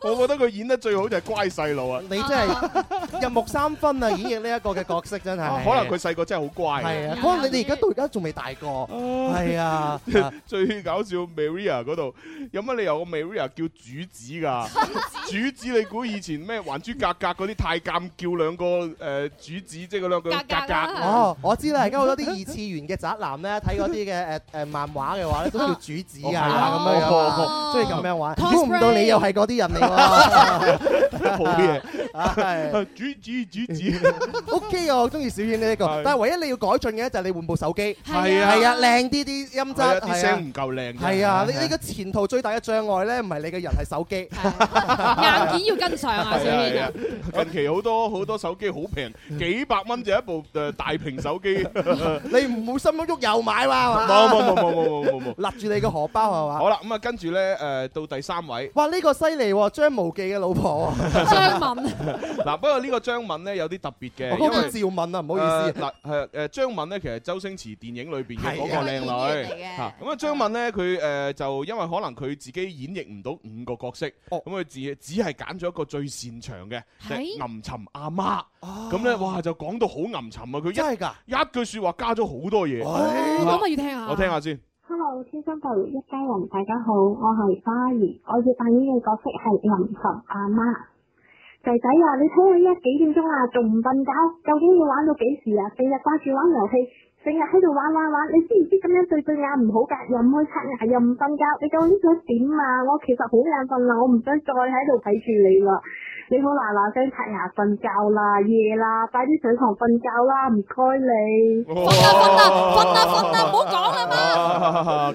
S5: 我覺得佢演得最好就係乖細路啊！
S1: 你真係 入木三分啊！演繹呢一個嘅角色真係，
S5: 啊可能佢細個真係好乖。
S1: 係啊，可能你哋而家到而家仲未 大個，係啊，
S5: 最搞笑 Maria 嗰度有乜理由個 Maria 叫主子㗎？主子你估以前咩《還珠格格》嗰啲太監叫兩個誒主子，即係嗰兩個格啊格
S1: 啊哦，我知啦，而家好多啲二次元嘅宅男咧，睇嗰啲嘅誒誒漫畫嘅話咧，都叫主子啊
S5: 哦
S1: 咁樣樣
S5: 哦
S1: 啊，所以咁樣玩。估唔到你又係嗰啲人嚟喎，
S5: 好嘢
S1: 係
S5: 主子主子。
S1: OK 啊，我中意小演呢一個，但係唯一你要改進嘅就係你換部手機，
S5: 係啊
S1: 係啊，靚啲啲音質，
S5: 係啊
S1: 係
S5: 啲
S1: 啊
S5: 聲唔夠靚。
S1: 係啊，你你個前途最大嘅障礙咧，唔係你嘅人，係手機。
S6: 硬件要跟上啊，小
S5: 係
S6: 軒
S5: 啊係
S6: 啊！
S5: 啊近期好多好多手機好平，幾百蚊就一部誒大屏手機。
S1: 你唔會心喐啊喐 又買嘛？
S5: 冇冇冇冇冇冇冇
S1: 冇，立住你個荷包係嘛？
S5: 好啦，咁啊跟住咧誒到第三位。
S1: 哇！呢個犀利喎，張無忌嘅老 婆喎，
S6: 張
S1: 敏，
S5: 嗱，不過呢個張敏咧有啲特別嘅，
S1: 我嗰
S5: 因為呃
S1: 個趙敏啊，唔好意思。
S5: 誒嗱係誒張敏咧，其實周星馳電影裏邊嘅嗰
S1: 係啊佢
S5: 個靚女
S1: 演員嚟嘅
S5: 嚇。咁啊張敏咧，佢誒就因為可能佢自己演繹唔到五個角色，
S1: 哦
S5: 咁佢只只係揀咗一個最擅長嘅，就係
S1: 係
S5: 吟沉阿媽。咁咧，哇就講到好吟沉啊！佢
S1: 哦真係
S5: 一
S1: 㗎
S5: 一句説話加咗好多嘢。
S1: 哦
S5: 嚇
S1: 咁啊要聽下
S5: 我聽下先。
S14: Hello，天生快活一家人，大家好，我係花兒，我要扮演嘅角色係林晨阿媽。仔仔啊，你睇下依家幾點鐘啦，仲唔瞓覺？究竟要玩到幾時啊？成日掛住玩遊戲，成日喺度玩玩玩，你知唔知咁樣對對眼唔好㗎？又唔去刷牙，又唔瞓覺，你究竟想點啊？我其實好眼瞓啦，我唔想再喺度睇住你啦。你好嗱嗱聲刷牙瞓覺啦，夜啦，快啲上床瞓覺啦，唔該你。
S5: 啊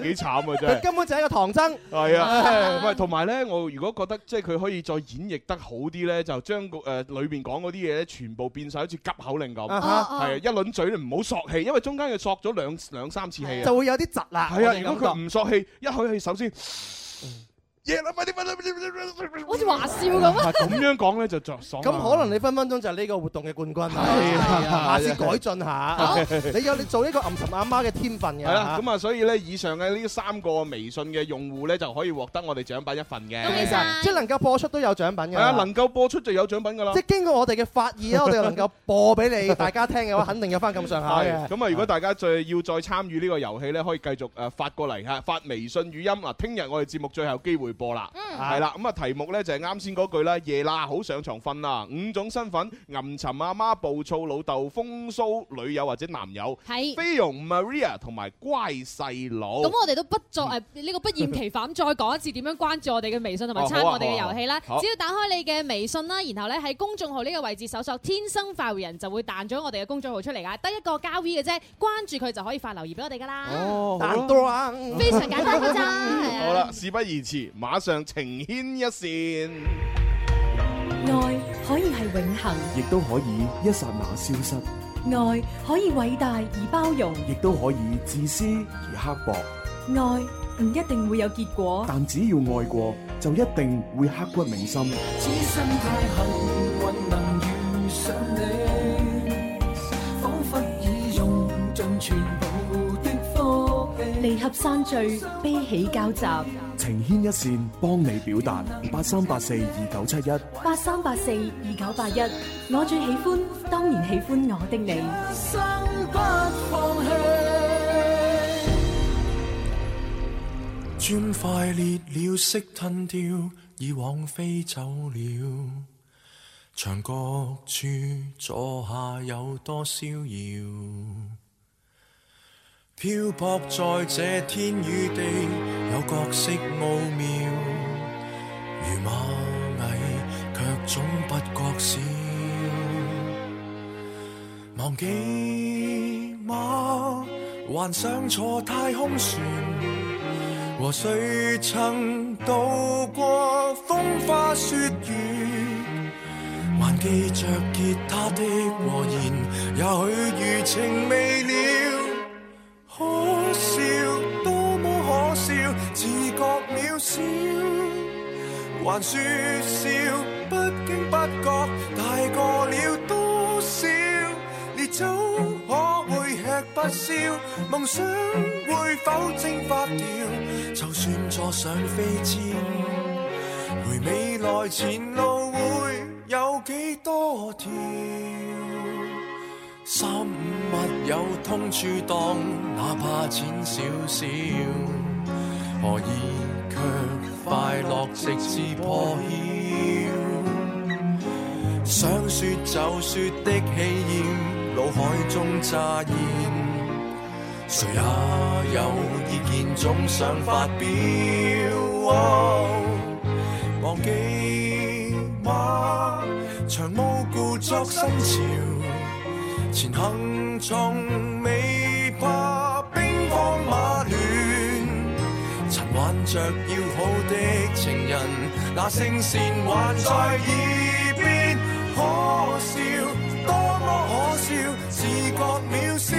S5: 幾慘啊真係
S1: 佢。根本就係一個唐僧。
S5: 係啊，喂，同埋咧，我如果覺得即係佢可以再演繹得好啲咧，就將個誒裏邊講嗰啲嘢咧，全部變晒好似急口令咁，係
S1: 啊哈
S5: 啊，一輪嘴你唔好索氣，因為中間佢索咗兩兩三次氣啊，
S1: 就會有啲窒啦。
S5: 係
S1: 我
S5: 啊，
S1: 哋
S5: 如果
S1: 感
S5: 佢
S1: 覺
S5: 唔索氣，一口氣首先。夜啦，快啲瞓啦，
S6: 好似華少咁啊！
S5: 咁樣講咧就作爽啦。
S1: 咁可能你分分鐘就係呢個活動嘅冠軍啊
S5: 係
S1: 下
S5: 啊
S1: 次改進
S5: 好
S1: 下，你有你做呢個吟沉阿媽嘅天分嘅。
S5: 係啦，咁啊，所以咧，以上嘅呢三個微信嘅用戶咧，就可以獲得我哋獎品一份嘅。
S1: 即係能夠播出都有獎品嘅。
S5: 係啊，能夠播出就有獎品㗎啦。
S1: 即係經過我哋嘅發意啦，我哋能夠播俾 你大家聽嘅話，肯定有翻咁上下
S5: 係，
S1: 嘅。
S5: 咁啊，如果大家再要再參與呢個遊戲咧，可以繼續誒發過嚟嚇，發微信語音嗱。聽日我哋節目最後機會播啦，
S6: 嗯
S5: 係啦。咁啊，題目咧就係啱先嗰句啦，夜啦，好上床瞓啦。五種身份：吟沉阿媽、暴躁老豆、風騷女友或者男友，
S6: 係
S5: 菲傭 Maria 同埋乖細佬。
S6: 咁我哋都不
S18: 嗯
S6: 作誒呢個不厭其煩，再講一次點樣關注我哋嘅微信同埋
S5: 哦
S6: 參
S5: 好啊
S6: 我哋嘅遊戲啦。
S5: 好啊好啊
S6: 只要打開你嘅微信啦，然後咧喺公眾號呢個位置搜索「天生快活人」，就會彈咗我哋嘅公眾號出嚟噶，得一個交 V 嘅啫，關注佢就可以發留言俾我哋噶啦。
S5: 哦好啊
S1: 彈多啊！
S6: 非常簡單㗎咋。係啊
S5: 好啦，事不宜遲，馬上情牽一線。
S18: 愛可以係永恒，
S19: 亦都可以一剎那消失，
S18: 愛可以偉大而包容，
S19: 亦都可以自私而刻薄。
S18: 愛唔一定會有結果。
S19: 但只要愛過，就一定會刻骨銘心。
S20: 此生太幸運能遇上你，彷彿已用盡全部的福氣。
S18: 離合散聚，悲喜交集。
S19: 情牽一線，幫你表達。八三八四二九七一，
S18: 八三八四二九八一，我最喜歡，當然喜歡我的你。
S20: 一生不放棄。
S4: 砖块裂了，色吞掉，以往飛走了。牆角處坐下有多逍遙，漂泊在這天與地，有角色奧妙。如螞蟻，卻總不覺少。忘記嗎？還想坐太空船。和誰曾度過風花雪月？還記着吉他的和弦，也許餘情未了。可笑，多麼可笑，自覺渺小。還説笑，不經不覺大過了多少？烈酒可會吃不消，夢想會否蒸發掉？就算坐上飛箭，回未來前路會有幾多條？三五密友通處當，哪怕淺少少，何以卻快樂直至破曉？想說就說的氣焰，腦海中乍現。誰也有意見，總想發表。忘記嗎？長毛故作新潮，前行從未怕兵荒馬亂。曾挽着要好的情人，那聲線還在耳邊，可笑，多麼可笑，自覺渺小，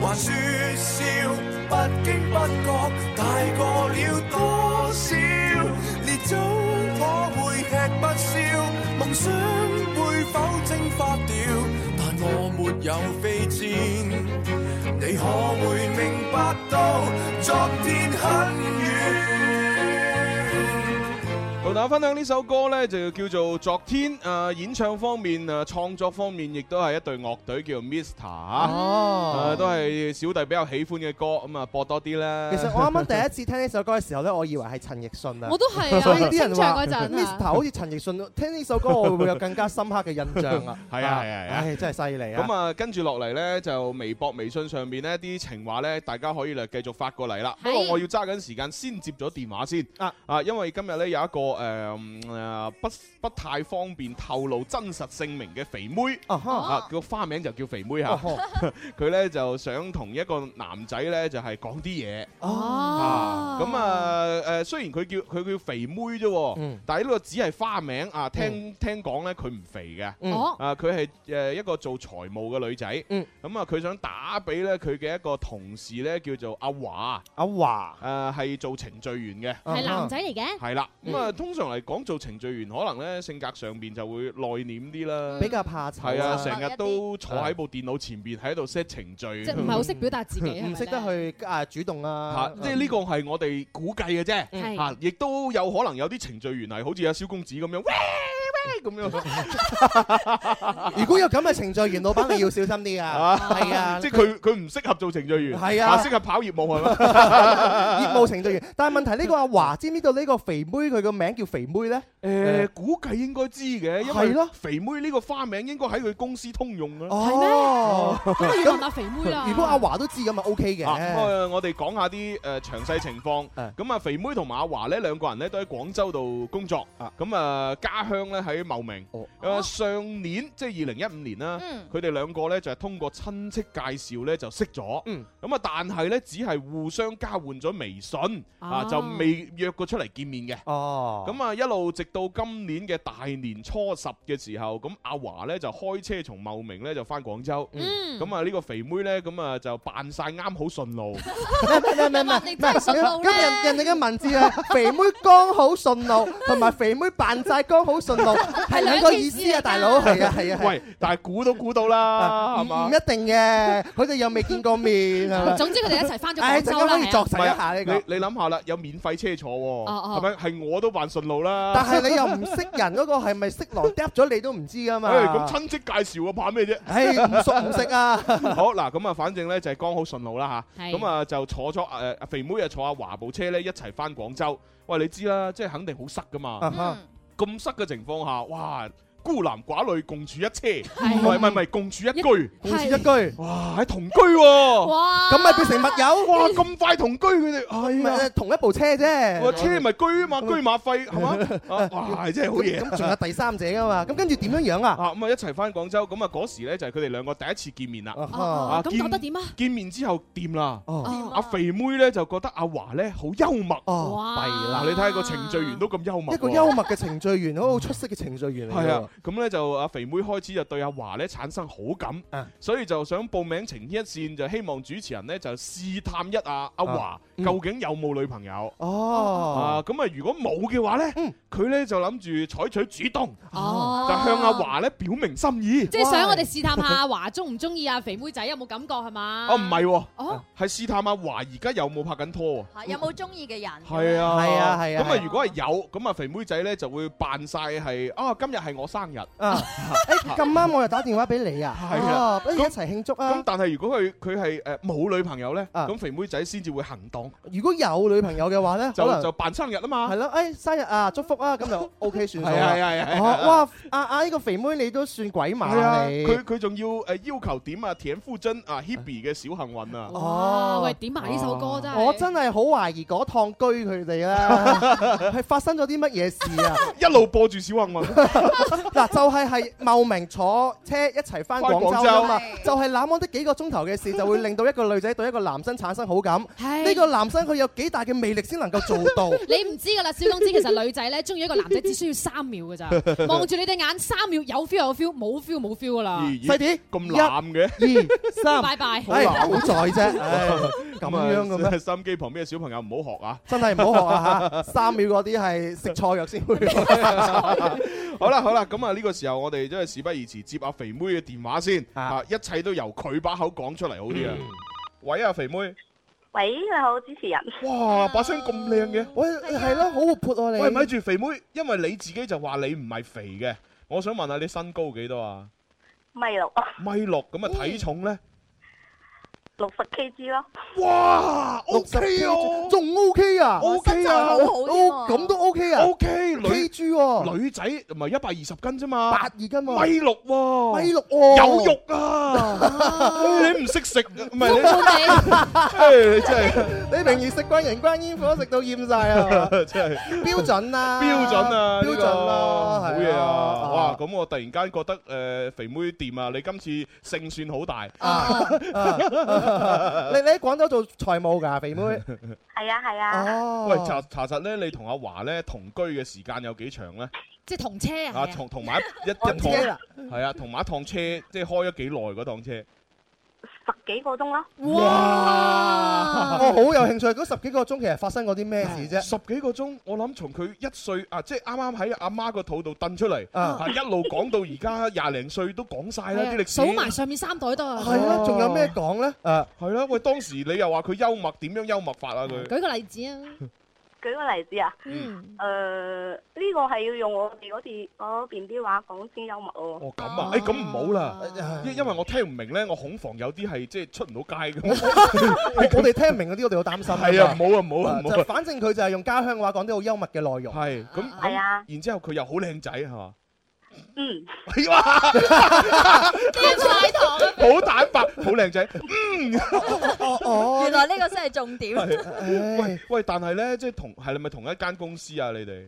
S4: 還說笑，不經不覺大過了多少，烈酒可會吃不消，夢想會否蒸發掉？但我沒有飛箭。你可會明白到昨天很遠？
S5: 同大家分享呢首歌呢，就叫做《昨天》。誒、演唱方面、誒、創作方面，亦都係一隊樂隊叫 Mr. 嚇、
S1: 哦
S5: 誒都係小弟比較喜歡嘅歌，咁啊播多啲啦。
S1: 其實我
S5: 呃
S1: 啱啱第一次聽呢首歌嘅時候咧，我以為係陳奕迅啊，
S6: 我都係啊
S1: 所 以啲人話
S6: 清唱嗰陣啊
S1: Mr 好似陳奕迅，聽呢首歌我會有更加深刻嘅印象啊
S5: ！係啊係啊係啊
S1: 唉真係犀利啊！
S5: 咁啊，跟住落嚟呢，就微博、微信上面呢啲情話呢，大家可以嚟繼續發過嚟啦。
S1: 係
S5: 不過我要揸緊時間先接咗電話先啊因為今日呢，有一個誒嗯誒不不太方便透露真實姓名嘅肥妹
S1: 啊
S5: 個、花名就叫肥妹嚇
S1: 哦呵，
S5: 佢呢就想同一個男仔呢，就係講啲嘢。
S1: 哦
S5: 啊咁啊
S6: 哦
S5: 誒，雖然佢叫佢叫肥妹啫
S1: 嗯
S5: 喎，但係呢個只係花名啊。聽聽講呢，佢唔肥嘅。
S1: 嗯哦
S5: 啊，佢係誒一個做財務嘅女仔，咁啊佢想打俾咧佢嘅一個同事咧叫做阿華，
S1: 阿華啊
S5: 誒係做程序員
S18: 啊
S5: 嘅，
S6: 係男仔嚟嘅
S5: 係啦，咁
S1: 嗯
S5: 啊通常嚟講做程序員可能咧性格上邊就會內斂啲啦，
S1: 比較怕醜啊
S5: 係啊，成日都坐喺部電腦前邊喺度 set 程序，
S6: 即係唔係好識表達自己係咪
S1: 嗯唔識得去啊主動
S5: 嚇
S1: 啊，
S5: 即係呢個係我哋估計嘅啫，
S1: 係
S6: 嗯
S5: 嚇亦都有可能有啲程序員係好似阿蕭公子 咁樣，喂喂咁樣。
S1: 如果 有咁嘅程序員老闆，你要小心啲啊！係啊，
S5: 即係佢佢唔適合做程序員，
S1: 係啊
S5: 適合跑業務係嘛？
S1: 業務程序員。但係問題呢個阿華知唔知道呢個肥妹佢個名叫肥妹咧？
S5: 誒，估計應該知嘅，因
S1: 係
S5: 為
S1: 咯
S5: 肥妹呢個花名應該喺佢公司通用啊。
S1: 哦，
S6: 咁要問下肥妹啦
S1: 如果阿華都知咁啊 OK 嘅。
S5: 啊咁啊，我哋講下啲誒詳細情況。咁啊，肥妹同埋阿華呢兩個人呢都喺廣州度工作。咁啊，哦家鄉呢喺茂名。誒，上年即係二零一五年啦
S21: 嗯，
S5: 佢哋兩個呢就係通過親戚介紹呢就識咗。咁啊，但係呢只係互相交換咗微信啊，
S21: 啊
S5: 就未約過出嚟見面嘅。
S1: 哦
S5: 咁啊，一路直到今年嘅大年初十嘅時候，咁阿華呢就開車從茂名呢就翻廣州。
S1: 嗯
S5: 咁啊，呢個肥妹呢，咁啊就扮晒啱好順路。
S1: 咩咩咩咩，咁人人哋嘅文字啊，肥妹剛好順路，同埋肥妹扮晒剛好順路， 係兩個意思啊，大佬係啊係啊。係啊
S5: 喂，但係估都估到啦，係嘛？
S1: 唔一定嘅，佢哋又未見過面。係咪
S6: 總之佢哋一齊返咗廣州啦
S1: 唉陣間可以作
S5: 唔
S1: 實
S5: 係
S1: 一下呢個。
S5: 你你諗下啦，有免費車坐喎，
S1: 哦
S5: 係咪？係我都扮順路啦。
S1: 但係你又唔識人嗰個係咪色狼嗒咗你都唔知噶嘛？
S5: 唉咁親戚介紹啊，怕咩啫？
S1: 唉唔熟唔識啊！
S5: 好嗱，咁啊，反正咧就係剛好順路啦吓，
S1: 係
S5: 咁啊就坐咗誒肥妹啊坐阿華部車咧一齊翻廣州。喂，你知啦，即係肯定好塞噶
S1: 啊哈
S5: 嘛。咁塞嘅情況下，哇！孤男寡女共處一車，唔係唔係唔係共處一居，
S1: 共處一居，
S5: 哇！喺同居喎，
S1: 哇咁咪變成密友？
S5: 哇！咁快同居佢哋，係
S1: 啊，同一部車啫
S5: 哇，車咪居啊 嘛，居馬費係嘛？啊哇！真係好嘢。
S1: 咁仲有第三者噶嘛？咁跟住點樣樣啊？
S5: 啊咁啊一齊翻廣州，咁啊嗰時咧就係佢哋兩個第一次見面啦。
S6: 哦咁覺得點啊？
S5: 見面之後掂啦，
S6: 哦
S5: 阿肥妹咧就覺得阿華咧好幽默，啊
S1: 哦
S5: 弊啦！你睇下個程序員都咁幽默喎，
S1: 一個幽默嘅程序員，好出色嘅程序員嚟
S5: 係啊
S1: 㗎。，
S5: 咁咧就阿肥妹開始就對阿華咧產生好感，所以就想報名情牽一線，就希望主持人咧就試探一下阿華
S22: 啊嗯
S5: 究竟有冇女朋友。啊
S22: 哦，
S5: 咁啊如果冇嘅話咧，佢咧就諗住採取主動，
S6: 哦
S5: 就向阿華咧表明心意，
S6: 即係想我哋試探下 阿華中唔中意啊阿肥妹仔有冇感覺係嘛？
S5: 哦，唔係喎，
S6: 哦
S5: 係試探阿華而家有冇拍緊拖喎。
S8: 嚇啊有冇中意嘅人？
S5: 係啊，
S1: 係啊係啊
S5: 咁
S1: 係
S5: 啊
S1: 啊，
S5: 如果係有，咁啊肥妹仔咧就會扮晒係啊，今日係我生日。
S1: 啊，誒咁啱我又打電話俾你啊，
S5: 係啊
S1: 哦不如一齊慶祝
S5: 咁
S1: 啊！
S5: 但係如果佢佢係誒冇女朋友咧，咁肥妹仔先至會行動，
S1: 如果有女朋友嘅話咧，可
S5: 就
S1: 能
S5: 就扮生日啊嘛。
S1: 係咯，誒生日啊，祝福啊，咁就 OK 算數啦。
S5: 係啊係啊係啊係啊
S1: 哦哇，阿阿呢個肥妹你都算鬼
S5: 係啊，
S1: 馬你。
S5: 佢佢仲要誒要求點啊田馥甄啊 Hebe 嘅小幸運啊。
S1: 哦，
S6: 喂點埋呢首歌真係
S1: 我真係好懷疑嗰趟居佢 哋啦，係發生咗啲乜嘢事啊？
S5: 一路播住小幸運，
S1: 嗱就係係茂名坐車一齊翻
S5: 返
S1: 廣
S5: 廣
S1: 州啊
S5: 州
S1: 嘛，就係那麼的幾個鐘頭嘅事，就會令到一個女仔對一個男生產生好感。呢個男生佢有幾大嘅魅力先能夠做 到？
S5: 哦
S6: 你唔知噶啦，小公子其實女仔咧中意一個男仔只需要三秒 噶咋，望住你對眼三秒有 feel 有 feel，冇 feel 冇 feel 噶啦。
S5: 咦咦
S1: 細啲
S5: 咁濫嘅。
S1: 二三，
S6: 拜拜
S1: 唉
S5: 哎
S1: 好在啫，唉咁樣嘅咩？
S5: 咩？心機旁邊嘅小朋友唔好學啊！
S1: 真係唔好學 啊！嚇，三秒嗰啲係食錯藥先會。
S5: 好啦好啦，咁啊呢個時候我哋真係事不宜遲，接阿肥妹嘅電話先啊！一切都由佢把口講出嚟好啲啊！
S1: 嗯
S5: 喂啊，肥妹，
S23: 喂，你好，主持人。
S5: 哇，把聲咁靚嘅，
S1: 喂係咯，好活潑喎你。
S5: 喂，咪住肥妹，因為你自己就話你唔係肥嘅，我想問下你身高幾多啊？
S23: 咪六
S5: 米六咁啊，體重呢？
S23: 六十 KG 咯。
S5: 哇，OK 啊，哦
S1: 仲 OK 啊
S23: 身
S1: ，OK
S23: 材
S1: 啊，
S23: 好好添
S1: 哦
S23: 喎
S1: 咁都 OK 啊
S5: OK，女
S1: K 豬喎，
S5: 女仔唔係一百二十斤啫嘛，
S1: 八二斤喎，
S5: 米六喎，
S1: 米六喎，
S5: 有肉 à. 啊！ 你唔識食，唔係你 唉你真係。
S1: 你平時食慣人間煙火食到厭晒啊，
S5: 真係
S1: 標準啦，
S5: 標準啊，
S1: 標準啦，
S5: 好
S1: 係
S5: 嘢啊！
S1: 啊
S5: 哇，咁我突然間覺得誒肥妹掂啊，你今次勝算好大。
S1: à. 啊你你喺廣州做財務㗎，肥妹，
S23: 係啊係啊。
S5: 喂，查查實咧，你同阿華咧同居嘅時間有幾長咧？
S6: 即係同車
S5: 啊，
S6: 啊，
S5: 同同埋 一一一趟
S23: 車啦
S5: 係啊，同埋一趟車，即係開咗幾耐嗰趟車？
S23: 十幾個鐘咯。
S1: 哇！我好有興趣，嗰十幾個鐘其實發生過啲咩事啫？
S5: 十幾個鐘，我諗從佢一歲啊，即係啱啱喺阿媽個肚度蹬出嚟，
S1: 啊
S5: 啊一路講到而家廿零歲都講晒啦啲歷史。
S6: 啊數埋上面三袋都係
S1: 係
S5: 哦
S1: 啊，仲有咩講啊咧？誒，
S5: 係啦，喂，當時你又話佢幽默，點樣幽默法啊佢？
S1: 嗯
S6: 舉個例子啊，
S23: 舉個例子啊，
S6: 嗯，
S23: 誒呢個係要用我哋嗰邊嗰邊啲話講先幽默喎。
S5: 咁
S1: 哦
S5: 啊，誒咁唔好
S1: 哎
S5: 啦，因因為我聽唔明咧，我恐防有啲係即係出唔 到街咁。
S1: 我我哋聽唔明嗰啲，我哋好擔心。
S5: 係啊，唔好啊，唔好啊，唔好
S1: 就
S5: 啊。
S1: 反正佢就係用家鄉話講啲好幽默嘅內容。
S5: 係咁，
S23: 係啊，
S5: 然之後佢又好靚仔係嘛？
S23: 嗯，
S5: 好坦白，好靚仔。
S8: Ờ,
S1: 哦
S24: 原來呢個先係重點。
S5: 係喂喂，但係咧，即係同係咪同一間公司啊？你哋？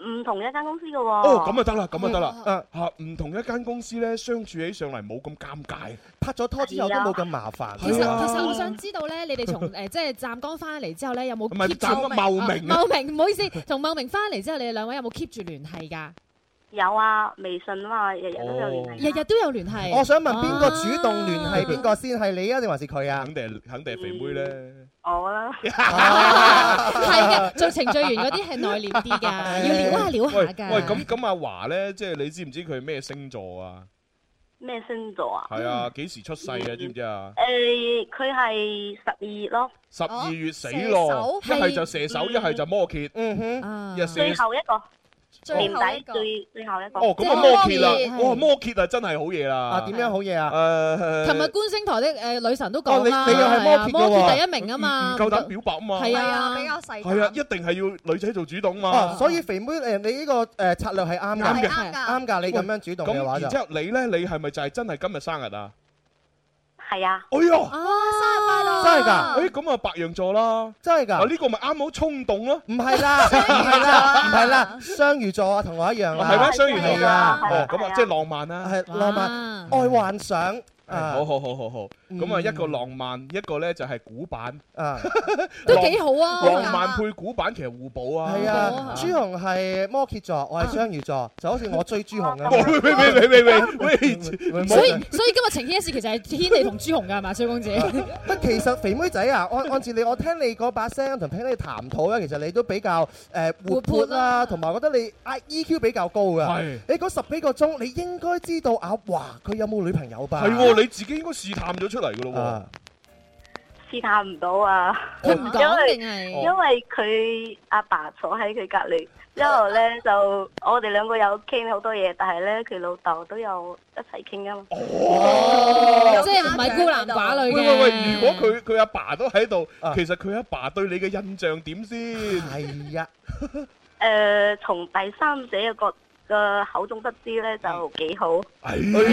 S23: 唔同一間公司嘅喎。
S5: 哦，
S23: 哦
S5: 咁啊得啦，咁啊得
S1: 嗯
S5: 啦，嚇唔同一間公司咧，相處起上嚟冇咁尷尬，啊
S1: 拍咗拖之後都冇咁麻煩。
S6: 其實其實我想知道咧，你哋從誒即係湛江翻嚟之後咧，有冇
S5: 唔係
S6: keep
S5: 湛
S6: 住
S5: 江茂名啊
S6: 茂名唔好意思，同茂名翻嚟之後，你哋兩位有冇 keep 住聯繫㗎？
S23: 有啊，微信啊嘛，日日都
S5: 哦
S23: 有聯繫。
S6: 日日都有聯繫。
S1: 我想問邊個主動聯繫邊個先係你啊，定還是佢啊？
S5: 肯定肯定係肥妹咧。
S23: 我啦。
S6: 係嘅，做程序員嗰啲係內斂啲㗎，要撩下撩下
S5: 喂
S23: 㗎
S5: 喂，咁咁阿華咧，即係你知唔知佢咩星座啊？
S23: 咩星座啊？
S5: 係啊，幾時出世啊？知唔知啊？
S23: 誒，佢係十二月咯。
S5: 十二月死咯，一
S23: 射手
S5: 係就哦射手，一係就摩羯。
S1: 嗯
S23: 哼
S5: 一射
S23: 最後一個。
S5: 最
S23: 年
S5: 後
S23: 底最最後一個。
S5: 哦，咁啊摩羯啦，哇摩羯啊真係好嘢啦！
S1: 啊點樣好嘢啊？
S5: 誒，
S6: 琴日觀星台的誒女神都
S5: 哦
S6: 講
S5: 你
S6: 啦，
S5: 你又係摩羯
S6: 係啊
S5: 嘅
S6: 摩
S5: 喎
S6: 羯第一名啊嘛，
S5: 唔夠膽表白啊嘛。
S6: 係啊，
S5: 係啊，一定係要女仔做主動
S1: 哦
S5: 嘛。，
S1: 所以肥妹誒，你呢個誒策略係啱
S5: 啱
S1: 㗎
S5: 嘅
S1: 係啱㗎，你咁樣主動嘅話
S5: 咁然之
S1: 就
S5: 後你咧，你係咪就係真係今日生日啊？
S23: 係啊。
S5: 哎呦！
S1: 真係㗎，
S5: 誒咁啊白羊座啦，
S1: 真係
S5: 啊
S1: 㗎，
S5: 呢個咪啱好衝動咯。
S1: 唔係啦，唔係 啦，唔係啦，雙魚座啊，同我一樣啦，
S5: 係咩？雙魚座
S1: 係啊
S5: 哦，咁啊，即係浪漫啦。
S1: 係浪漫，愛幻想，啊
S5: 好好好好好，咁啊
S1: 嗯
S5: 一個浪漫，一個咧就係古板，
S1: 都幾好
S5: 浪
S1: 啊
S5: 浪漫配古板其實互補啊，
S1: 係啊，朱紅係摩羯座，我係雙魚座，就好似我追朱紅咁。
S5: 喂喂喂喂喂 喂
S1: 喂，
S6: 所以所以今日情牽一事其實係牽你同朱紅㗎係嘛，蕭 公子？
S1: 不，其實肥妹仔啊，按按住你，我聽你嗰把聲同聽你談吐咧，其實你都比較誒活潑啦，同埋我覺得你 I EQ 比較高
S5: 係
S1: 㗎。你嗰十幾個鐘，你應該知道阿華佢有冇女朋友吧？
S5: 係喎，你自己應該試探咗出嚟噶咯
S1: 啊
S23: 試探唔到啊！
S5: 佢唔講
S23: 因為
S5: 定係
S23: 因為佢阿爸坐喺佢隔離，之後咧就我哋兩個有傾好多嘢，但係咧佢老豆都有一齊傾噶嘛。
S6: 哦即係唔係孤男寡
S5: 喂
S6: 女嘅。
S5: 喂喂，如果佢佢阿爸都喺度，其實佢阿爸對你嘅印象點先？
S1: 啊係啊，
S23: 誒，從呃第三者嘅角嘅口中得知
S5: 嗯
S23: 咧，就幾好。
S5: 哎
S1: 哎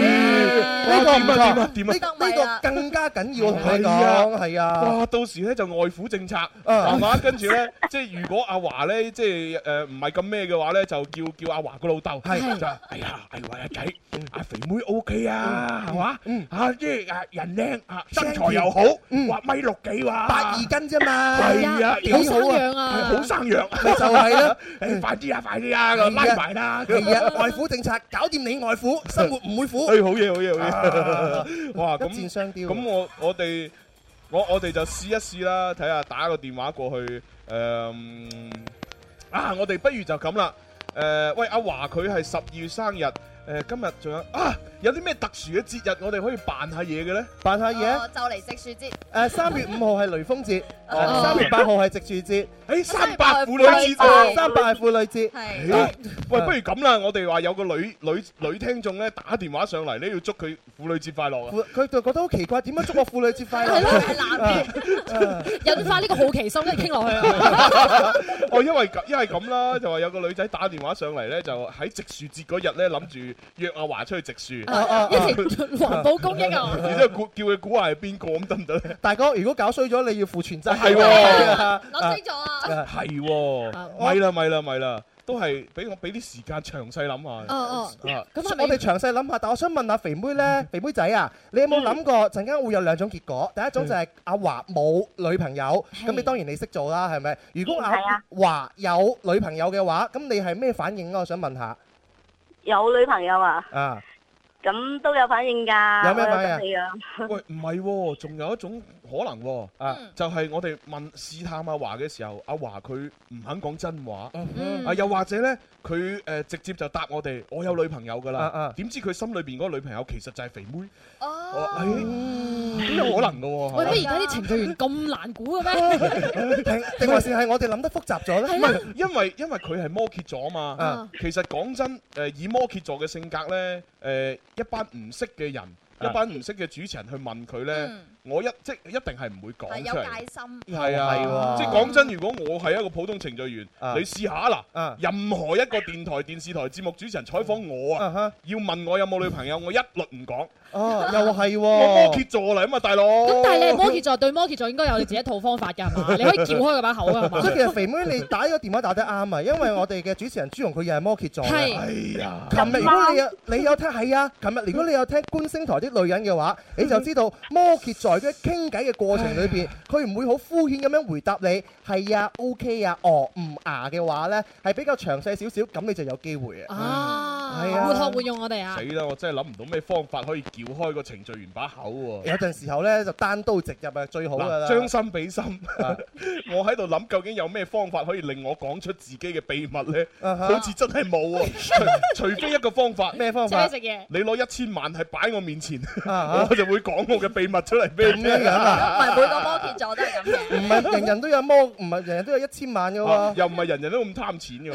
S1: 呢個唔錯，呢呢
S5: 點啊點啊點啊！
S1: 個更加緊要，我同你
S5: 係啊
S1: 講，係啊。
S5: 哇！到時咧就外父政策係嘛，跟住咧 即係如果阿華咧即係誒唔係咁咩嘅話咧，就叫叫阿華個老豆
S4: 係
S5: 就哎呀，哎呀阿仔，阿肥妹 O K 啊，係嘛？啊即係啊人靚啊身材又好，哇米六幾哇，
S1: 八二斤啫嘛，
S5: 係啊，
S1: 幾好
S5: 係好生養，
S1: 咪就 係咯，
S5: 誒快啲啊快啲啊，咁拉埋啦，
S1: 係啊，外父政策搞掂你外父，生活唔會苦。
S5: 哎，好嘢，好嘢，
S1: 啊
S5: 好嘢！哇，咁
S1: 一箭雙雕
S5: 咁我我哋我我哋就試一試啦，睇下打個電話過去，誒嗯啊！我哋不如就咁啦。誒，喂，阿華佢係十二月生日，誒今日仲有啊，有啲咩特殊嘅節日我哋可以扮下嘢嘅咧？
S1: 扮下嘢
S8: 我就嚟食樹枝。
S1: 誒呃三月五號係雷鋒節，
S5: 哦
S1: 誒三月八號係植樹節，
S5: 誒三八婦女節
S1: 啊
S5: 喎，
S1: 三八係婦女節，
S5: 誒喂，不如咁啦，我哋話有個女女女聽眾咧打電話上嚟咧，要祝佢婦女節快樂啊！
S1: 婦佢就覺得好奇怪，點解祝我婦女節快樂？
S6: 引發呢個好奇心，跟住傾落去啊！
S5: 哦，因為咁，因為咁啦，就話有個女仔打電話上嚟咧，就喺植樹節嗰日咧，諗住約阿華出去植樹，
S1: 啊啊啊
S6: 一條環保公益啊
S5: 然之後估叫佢估下 係邊個咁得唔得咧？
S1: 大哥，如果搞衰咗，你要負全責。
S5: 係喎
S1: 啊
S5: 諗
S6: 清楚
S1: 啊！
S5: 係喎，咪啦咪啦咪啦，都係俾我俾啲時間詳細諗下。
S1: 哦
S5: 啊
S1: 咁我哋詳細諗下，但我想問下肥妹
S5: 嗯
S1: 咧，肥妹仔啊，你有冇諗過陣間會有兩種結果？第一種就係阿華冇女朋友，咁你當然你識做啦，係咪？如果阿
S23: 係啊
S1: 華有女朋友嘅話，咁你係咩反應啊？我想問下
S23: 有女朋友啊，
S1: 啊，
S23: 咁都有反應㗎。
S5: 有咩反應啊
S23: 我有心理啊？
S5: 喂，唔係喎，仲有一種可能喎，啊，就係我哋問試探阿華嘅時候，阿華佢唔肯講真話，
S1: 嗯
S5: 啊，又或者呢，佢誒直接就答我哋，我有女朋友㗎
S1: 啊
S5: 啦，點知佢心裏邊嗰個女朋友其實就係肥妹，哦，哎都有可能㗎喎，係哎
S6: 喂，
S5: 嘛
S6: 乜而家啲程序員咁難估嘅咩？
S1: 定定還是係我哋諗得複雜咗
S5: 唔
S1: 咧？
S5: 係，啊因為因為佢係摩羯座啊嘛
S1: 啊。
S5: 其實講真，誒以摩羯座嘅性格呢，誒一班唔識嘅人，
S6: 啊
S5: 一班唔識嘅主持人去問佢
S6: 嗯
S5: 呢，我一即一定係唔會
S8: 係
S5: 講
S8: 有
S5: 出嚟。
S8: 戒心。
S5: 係啊，
S1: 哦係喎
S5: 即係講真，如果我係一個普通程序員，
S1: 啊
S5: 你試下嗱，任何一個電台、電視台節目主持人採訪我啊，要問我有冇女朋友，我一律唔講。
S1: 哦，又係
S5: 我摩
S1: 喎。
S5: 羯座嚟啊嘛，大佬。
S6: 咁
S5: 咁
S6: 但係你係摩羯座對摩羯座應該有你自己一套方法㗎係嘛？你可以撬開佢把口啊㗎係嘛
S1: 所以？其實肥妹你打呢個電話打得啱啊，因為我哋嘅主持人朱容佢又係摩羯座嘅。
S6: 係
S5: 哎呀
S1: 琴日如
S8: 啊
S1: 果你有你有聽係啊，琴日如果你有聽觀星台啲女人嘅話，你就知道摩羯座嘅傾偈嘅過程裏邊，佢唔會好敷衍咁樣回答你係啊、OK 啊、哦、唔啊嘅話呢，係比較詳細少少，咁你就有機會啊。
S6: 啊
S1: 係啊
S6: 活學活用我哋啊！
S5: 死啦！我真係諗唔到咩方法可以撬開個程序員把口喎。
S1: 有陣時候呢，就單刀直入啊，最好噶啦。
S5: 嗱，將心 比心， 我喺度諗究竟有咩方法可以令我講出自己嘅秘密呢？
S1: 啊哈
S5: 好似真係冇喎，除除非一個方法，
S1: 咩方法請你食嘢
S5: 你攞一千萬係擺我面前，
S1: 啊
S5: 我就會講我嘅秘密出嚟俾你
S1: 咁樣
S5: 聽
S1: 樣啊
S8: 唔係 每個摩羯座都係咁嘅。
S1: 唔係人人都有摩，唔係人人都有一千萬嘅
S5: 啊
S1: 喎。
S5: 又唔係人人都咁貪錢嘅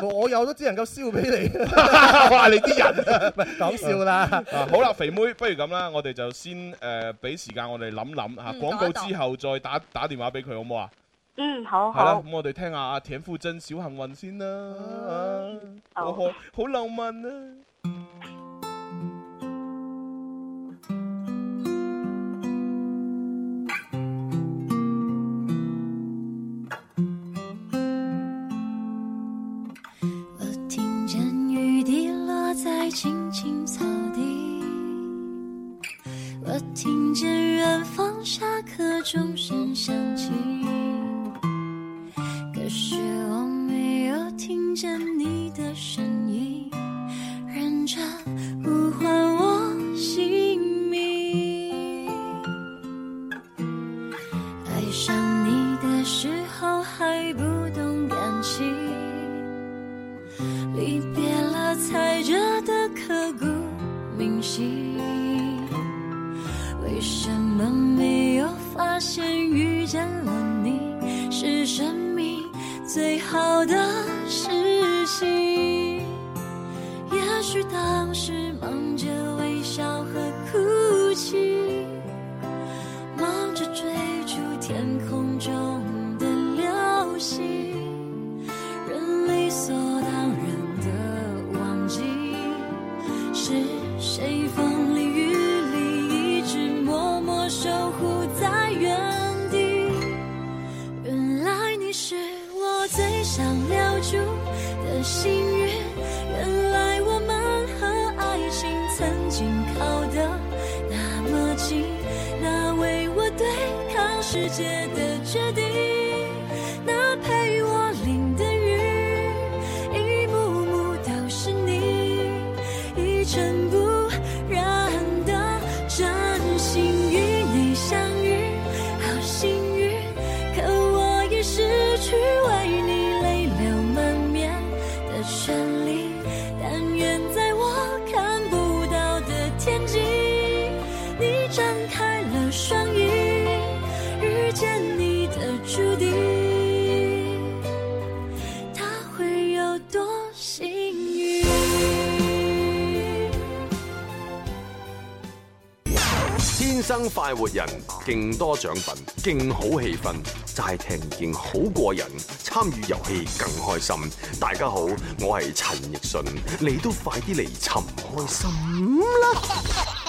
S5: 喎，
S1: 我有都只能夠燒俾你。
S5: 哇！你啲人
S1: 唔係講笑啦
S5: 啊好啦，肥妹，不如咁啦，我哋就先誒俾時間我哋諗諗嚇，
S23: 嗯
S5: 廣
S23: 講一
S5: 告
S23: 講
S5: 之後再打打電話俾佢好唔好啊？
S23: 嗯，好
S5: 係啦，
S23: 好
S5: 咁。我哋聽下阿田馥甄《小幸運》先啦，啊好好好浪漫啊！
S9: 我听见雨滴落在青青草地，
S24: 响起，可是我没有听见你的声音，认真呼唤我姓名。爱上你的时候还不懂感情，离别了才觉得刻骨铭心。为什么没有发现遇见了你是生命最好的事情？也许当时忙着微笑和哭泣。忙着追逐天空中的流星，人理所当然的忘记是谁风里雨里一直默默守护在原地。原来你是我最想留住的幸运，原来我们和爱情曾经靠得那么近。那为我对抗世界的决定，那陪我淋的雨，一幕幕都是你，一尘不染的真心与你相遇，好幸运，可我已失去为你泪流满面的权利。但愿在我看不到的天际。你张开了双翼，遇见你的注定，他会有多幸运？
S7: 天生快活人，勁多獎品，勁好氣氛，齋聽見好過癮，參與遊戲更開心。大家好，我係陳奕迅，你都快啲嚟尋開心啦！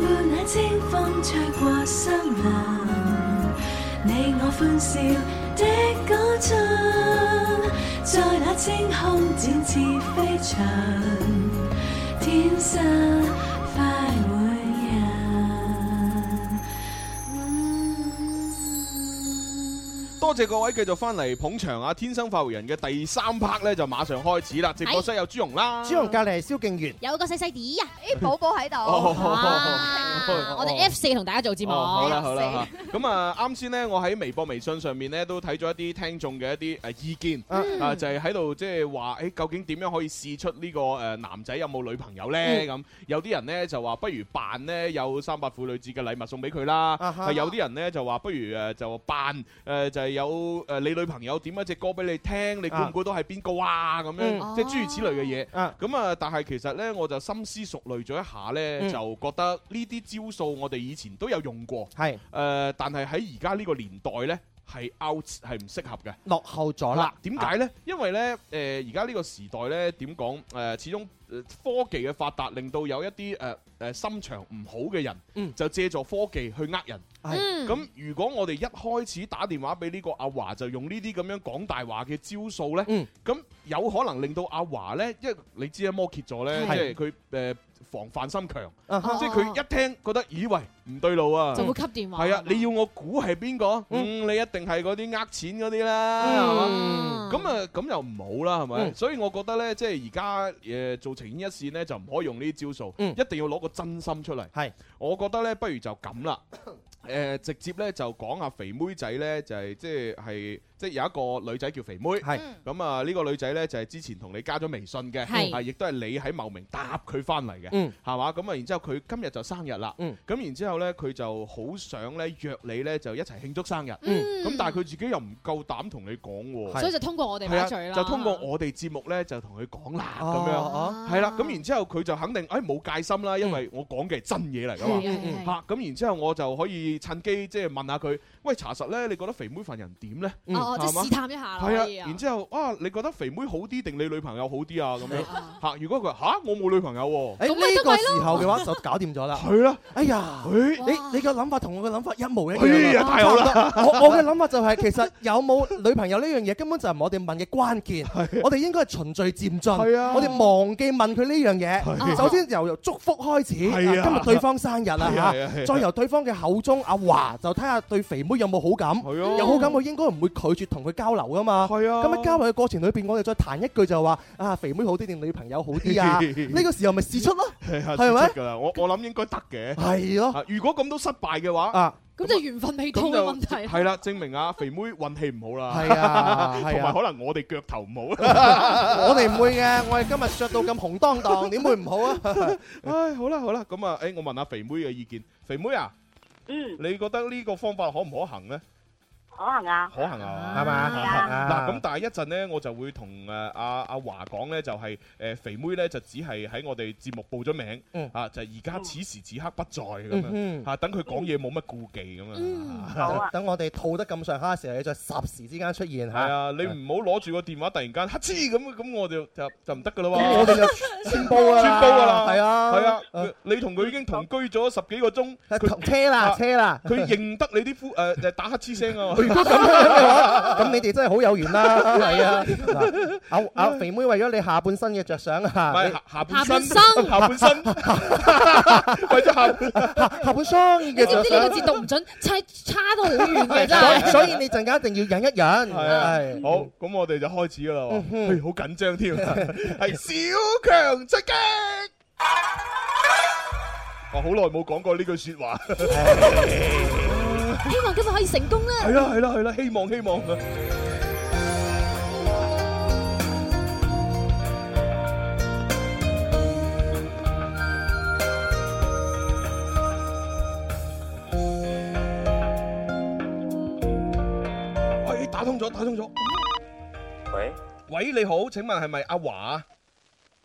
S24: 伴那清風吹過森林，你我歡笑的歌唱，在那清空展翅飛翔，天生快活人。
S5: 多謝各位繼續翻嚟捧場啊！天生快活人嘅第三 part 咧就馬上開始啦，直播室有朱容啦，
S1: 朱容隔離係蕭敬元。
S6: 有個細細啲啊，咦，寶寶喺度，
S5: 哦
S6: 哇我哋 F 四同大家做節目，哎
S5: 哦，好啦好啦，咁啊啱先呢，我喺微博、微信上面呢都睇咗一啲聽眾嘅一啲誒意見，
S1: 嗯
S5: 啊就係喺度即係話誒究竟點樣可以試出呢個誒男仔有冇女朋友呢？
S1: 嗯
S5: 咁有啲人呢就話不如扮呢有三八婦女節嘅禮物送俾佢啦，
S1: 啊哈
S5: 啊有啲人呢就話不如誒就扮誒就係有誒你女朋友點一隻歌俾你聽，你估唔估到係邊個啊？咁樣
S1: 嗯
S5: 即係諸如此類嘅嘢。
S1: 啊
S5: 咁啊，但係其實呢，我就深思熟慮咗一下呢，
S1: 嗯
S5: 就覺得呢啲招數我哋以前都有用過。
S1: 係
S5: 誒、但係喺而家呢個年代呢，係 out 係唔適合嘅。
S1: 落後咗啦。
S5: 點解呢？因為呢，呃誒而家呢個時代呢，點講？誒、始終、呃科技嘅發達，令到有一啲誒誒心腸唔好嘅人，就借助科技去呃人。
S1: 嗯係嗯
S5: 咁、如果我哋一開始打電話俾呢個阿華，就用呢啲咁樣講大話嘅招數呢，
S1: 嗯
S5: 咁、有可能令到阿華呢，因為你知啊摩羯座呢，即係
S1: 係
S5: 佢誒防範心強，
S1: 啊哈
S5: 即係佢一聽覺得，咦喂唔對路啊，
S6: 就會吸電話
S5: 係啊，你要我估係邊個？嗯，你一定係嗰啲呃錢嗰啲啦，係嘛？咁啊，咁又唔好啦，係咪？
S1: 嗯
S5: 所以我覺得咧，即係而家誒做情牽一線咧，就唔可以用呢啲招數，一定要攞個真心出嚟。
S1: 係，
S5: 我覺得咧，不如就咁啦。誒、直接咧就講下肥妹仔咧，就係即係係即係有一個女仔叫肥妹，
S1: 係
S5: 咁啊呢個女仔咧就係、之前同你加咗微信嘅，
S1: 係
S5: 啊亦都係你喺茂名搭佢翻嚟嘅，
S1: 嗯
S5: 係嘛？咁啊然之後佢今日就生日啦，咁、然之後咧佢就好想咧約你咧就一齊慶祝生日，咁、
S6: 嗯
S5: 但係佢自己又唔夠膽同你講喎，
S6: 所以就通過我哋
S5: 係
S6: 把
S5: 啊
S6: 嘴啦，
S5: 就通過我哋節目咧就同佢講啦咁
S1: 哦嗯
S5: 樣，係啦，咁然之後佢就肯定誒冇戒心啦，因為我講嘅係真嘢嚟噶
S1: 嗯嗯
S5: 嘛，嚇咁然之後我就可以趁機即係問下佢，喂喂，查實咧，你覺得肥妹份人點咧？
S6: 哦哦即係
S5: 係嘛
S6: 試探一下可以
S5: 係
S6: 啊
S5: 啊，然之後啊，你覺得肥妹好啲定你女朋友好啲啊？咁樣嚇，如果佢話吓我冇女朋友喎，
S1: 誒呢個時候嘅話就搞掂咗啦。
S5: 係啦，
S1: 哎呀，你你個諗法同我嘅諗法一模一樣啊。
S5: 哎呀太好啦
S1: 差唔多我我嘅諗法就係其實有冇女朋友呢樣嘢根本就係我哋問嘅關鍵。我哋應該係循序漸進。
S5: 係啊
S1: 我哋忘記問佢呢樣嘢。
S5: 係啊
S1: 首先由由祝福開始。
S5: 係啊
S1: 今日對方生日啦
S5: 係啊係啊係
S1: 嚇，
S5: 啊
S1: 再由對方嘅口中阿華就睇下對肥妹有冇好感。
S5: 啊
S1: 有好感，我應該唔會拒絕同佢交流噶嘛。係啊。咁喺交流嘅過程裏邊，我哋再彈一句就話啊，肥妹好啲定女朋友好啲 啊？呢個時候咪試出咯。
S5: 係啊，
S1: 係咪
S5: 㗎啦？我我諗應該得嘅。
S1: 係咯
S5: 啊，如果咁都失敗嘅話
S1: 啊。
S6: 咁就緣分未到嘅問題啦。
S5: 係 啦，證明啊肥妹運氣唔好啦，
S1: 係啊 係啊
S5: 同埋可能我哋腳頭唔好 啦，
S1: 我哋唔會嘅，我哋今日着到咁紅當 當，點會唔好啊？
S5: 唉，好啦好啦，咁啊，誒，我問下肥妹嘅意見，肥妹啊，
S23: 嗯，
S5: 你覺得呢個方法可唔可行呢？
S23: 可能啊，
S5: 可行啊，
S1: 係嘛
S5: 嗱，咁但係一陣呢，我就會同誒阿阿華講呢，就係誒肥妹呢，就只係喺我哋節目報咗名
S1: 嗯，
S5: 啊，就係而家此時此刻不在咁
S1: 嗯哼嗯
S5: 樣，嚇等佢講嘢冇乜顧忌咁
S6: 嗯
S5: 樣。
S1: 啊
S5: 啊
S6: 啊
S1: 等我哋套得咁上下嘅時候，你再霎時之間出現
S5: 係
S1: 嚇。
S5: 啊，你唔好攞住個電話突然間，乞嗤咁咁，我就就就唔得噶啦喎。
S1: 咁我哋就 穿煲㗎啦
S5: 穿煲㗎啦，
S1: 係啊
S5: 係啊，佢你同佢已經同居咗十幾個鐘，佢
S1: 車啦
S5: 啊
S1: 車啦
S5: 佢認得你啲呼誒誒打乞嗤聲啊。
S1: 如果咁樣嘅話， 咁你哋真係好有緣 啦，係啊！ 嗱，阿阿肥妹為咗你下半身嘅着想啊，
S5: 係
S1: 你
S5: 下下半身 下 半身為咗下半
S1: 下下半身
S6: 你
S1: 嘅
S6: 知唔
S1: 着
S6: 知呢個
S1: 想
S6: 字。讀唔準，差差到好遠嘅 真
S1: 所以
S6: 係。
S1: 所以你陣間一定要忍一忍，
S5: 係啊
S1: 係，
S5: 好，咁我哋就開始噶啦喎，
S1: 哼
S5: 哎好緊張 添，係小強出擊。我好耐冇講過呢句説話。
S6: 希望今日可以成功啦。
S5: 係啦係啦係啦，希望希望。哎，打通咗，打通咗。
S10: 喂，
S5: 喂，你好，請問係咪阿華啊？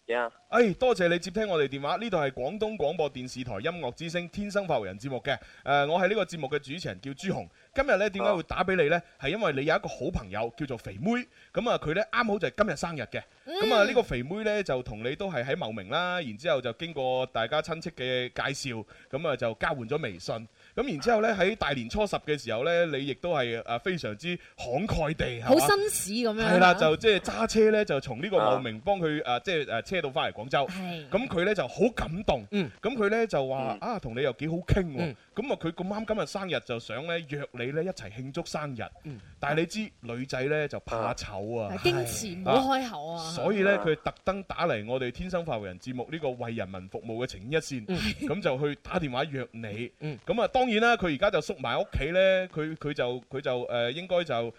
S10: 呀，
S5: 哎，多謝你接聽我哋電話，呢度係廣東廣播電視台音樂之聲《天生發福人》節目嘅。誒、呃我係呢個節目嘅主持人叫朱紅。今日呢點解會打俾你呢？係因為你有一個好朋友叫做肥妹，咁啊佢呢啱好就係今日生日嘅。咁啊呢個肥妹呢，就同你都係喺茂名啦，然之後就經過大家親戚嘅介紹，咁啊就交換咗微信。咁然之後呢，喺大年初十嘅時候呢，你亦都係誒非常之慷慨地，係嘛
S6: 好紳士咁樣。
S5: 係啦，就即係揸車咧，就從呢個茂名幫佢啊誒，即係誒車到翻嚟廣州。咁佢咧就好感動。咁佢咧就話啊，同你又幾好傾喎。咁啊，佢咁啱今日生日，就想咧約你咧一齊慶祝生日。但係你知女仔咧就怕醜啊，
S6: 係矜持唔好開口啊
S5: 所以咧，佢特登打嚟我哋《天生發福人》節目呢個為人民服務嘅情一線，
S1: 嗯
S5: 咁就去打電話約你。咁啊，當然啦，佢而家就縮埋屋企咧，佢佢就佢就誒應該就誒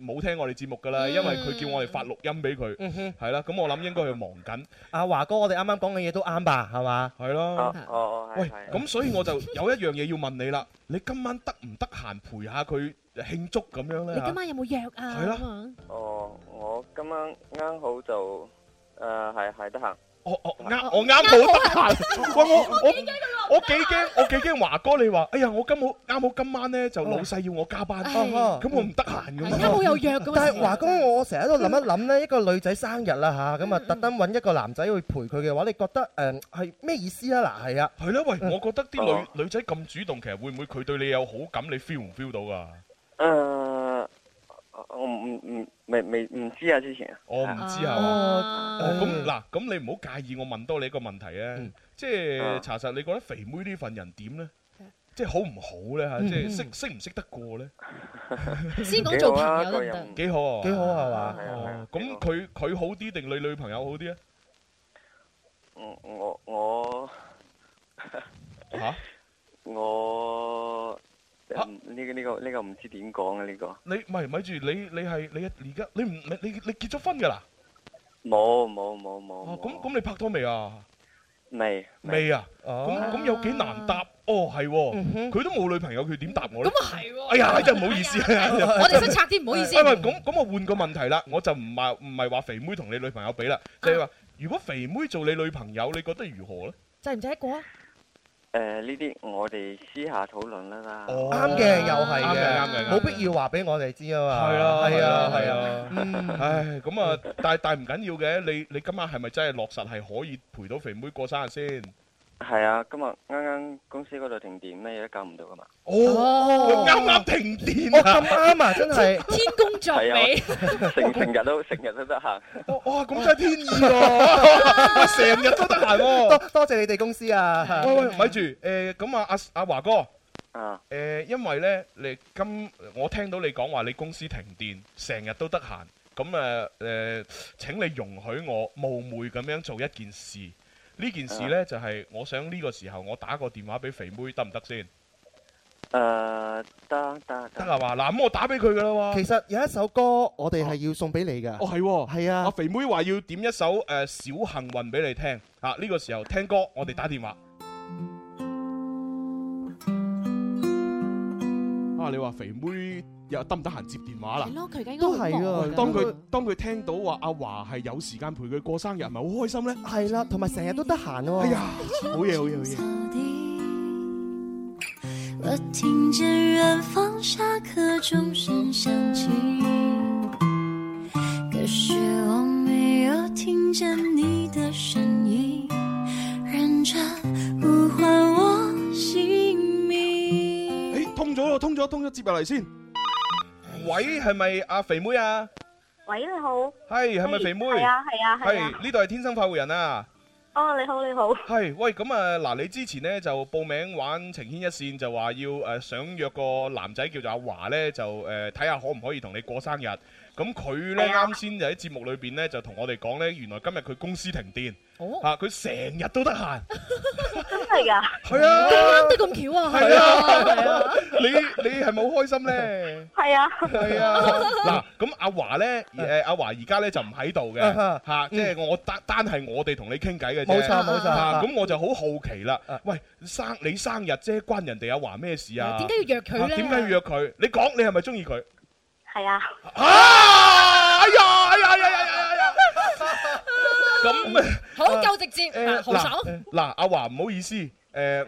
S5: 冇聽我哋節目㗎啦，因為佢叫我哋發錄音俾佢
S1: 嗯哼，
S5: 係啦。咁我諗應該佢忙緊。
S1: 阿華哥，我哋啱嗯啱講嘅嘢都啱吧，係嘛？
S5: 係咯。
S10: 哦，
S5: 喂，咁所以我就有一樣嘢要問你啦，你今晚得唔得閒陪下佢慶祝咁樣
S6: 你
S5: 咧
S6: 今？晚有冇約啊？
S5: 係啦
S6: 咁啊
S10: 哦，我今晚啱好就誒係係得閒。
S5: 我我哦啱我啱好得閒，喂我我我幾啊驚我幾驚華哥你話，哎呀我今好啱好今晚咧就老細要我加班，
S1: 哎
S5: 咁我唔得閒咁。啊
S1: 但係華哥，我成日喺度諗一諗咧，一個女仔生日啦吓，咁啊特登揾一個男仔去陪佢嘅話，你覺得誒係咩意思啊？嗱，係啊，
S5: 係啦，喂，我覺得啲
S1: 哦
S5: 女女仔咁主動，其實會唔會佢對你有好感？你 feel 唔 feel 到啊？
S10: 誒，我唔唔未未唔知啊，之前。
S5: 我唔知係嘛？
S10: 啊
S5: 哦
S10: 嗯
S5: 咁嗱，咁你唔好介意，我問多你一個問題啊。即係
S10: 啊
S5: 查實，你覺得肥妹呢份人點咧？
S10: 嗯
S5: 即係好唔好咧？嚇，即係識識唔識得過咧？
S10: 先講做朋友得唔得
S5: 幾好啊！
S1: 幾好係嘛？
S5: 哦，咁佢佢好啲定你女朋友好啲啊？
S10: 我我我
S5: 吓？
S10: 我嗯呢個呢個呢個唔知點講啊呢個。
S5: 你唔係咪住你你係你而家你唔你你你結咗婚㗎啦？
S10: 冇冇冇
S5: 哦
S10: 冇，
S5: 咁咁你拍拖未啊？
S10: 未
S5: 未啊？咁咁有幾難答？哦，係喎，佢都冇女朋友，佢點答我咧？咁
S6: 啊係喎
S5: 哎呀，真係唔好意思啊！
S6: 我哋識拆啲唔好意思
S5: 喂喂咁咁我換個問題啦，我就唔話唔係話肥妹同你女朋友比啦，就係話如果肥妹做你女朋友，你覺得如何咧？
S6: 制唔制得過啊？
S10: 誒、诶呢啲我哋私下討論啦啦。
S1: 啱嘅，又係
S5: 哦啱嘅啱嘅
S1: 嘅，冇必要話俾我哋知啊嘛。
S5: 係啊，
S1: 係啊，
S5: 係
S1: 係
S5: 啊
S1: 啊。，
S5: 唉，咁啊，但但唔緊要嘅，你你今晚係咪真係落實係可以陪到肥妹過生日先？
S10: 係啊，今日啱啱公司嗰度停電，咩嘢都搞唔到噶嘛。
S1: 哦，
S5: 啱啱停電
S1: 我咁啱啊， 真係
S10: 天
S6: 公
S10: 作美成成日都成日都 得閒。
S5: 哇，咁真係天意 喎，成 日都得閒喎。
S1: 多多謝你哋公司啊。
S5: 喂喂，咪住，誒咁啊，阿阿華哥。
S10: 啊，
S5: 誒，因為呢，你今我聽到你講話你公司停電，成日都得閒，咁啊誒誒，請你容許我冒昧咁樣做一件事。呢件事
S10: 啊
S5: 呢，就係、我想呢個時候我打個電話俾肥妹得唔得先？
S10: 誒得得
S5: 得啊嘛，嗱咁我打俾佢噶啦喎。
S1: 其實有一首歌我哋係要送俾你㗎。
S5: 哦，係喎，係啊。阿肥妹話要點一首誒、小幸運俾你聽啊！呢、個時候聽歌，我哋打電話。啊，你話肥妹又得唔得閒接電話啦？
S6: 係咯佢而家應該
S1: 都係啊
S5: 喂當佢當佢聽到話阿華係有時間陪佢過生日，咪好開心呢？
S1: 係啦，同埋成日都得閒喎。哎
S5: 呀，好嘢好嘢好嘢！
S24: 我听见远方下课钟声响起，可是我没有听见你的声音，认真呼唤我姓名。
S5: 誒，通咗咯，通咗，通咗，接入嚟先。喂，係咪阿肥妹啊？
S23: 喂，你好。
S5: 係係咪肥妹？
S23: 係啊係啊係啊
S5: 係呢度係天生快活人啊！
S23: 哦，你好你好。
S5: 係，喂，咁啊，嗱，你之前呢就報名玩情牽一線，就話要誒、呃想約個男仔叫做阿華呢，就誒睇下可唔可以同你過生日。咁佢呢
S11: 係啊
S5: 啱先就喺節目裏邊呢，就同我哋講呢，原來今日佢公司停 電，
S11: 哦
S5: 啊，佢成日都得閒，
S23: 真係㗎？
S5: 係啊
S6: 啱啱都咁巧啊，係啊，
S5: 你你係咪好開心呢？
S23: 係啊。
S5: 係 啊，嗱，咁阿華呢，誒阿華而家呢就唔喺
S1: 啊
S5: 度嘅
S1: 哈，
S5: 嚇，即係我單單係我哋同你傾偈嘅啫。
S1: 冇錯冇錯
S5: 嚇
S1: 啊
S5: 咁我就好好奇啦，喂，生你生日啫，關人哋阿華咩事啊？
S6: 點解要約佢咧
S5: 啊點解要約佢？你講你係咪中意佢？
S23: 係啊。
S5: 哎呀哎呀哎呀哎呀哎呀！咁
S6: 好夠直接，嗱豪爽。
S5: 呃嗱嗱，阿華唔好意思，誒，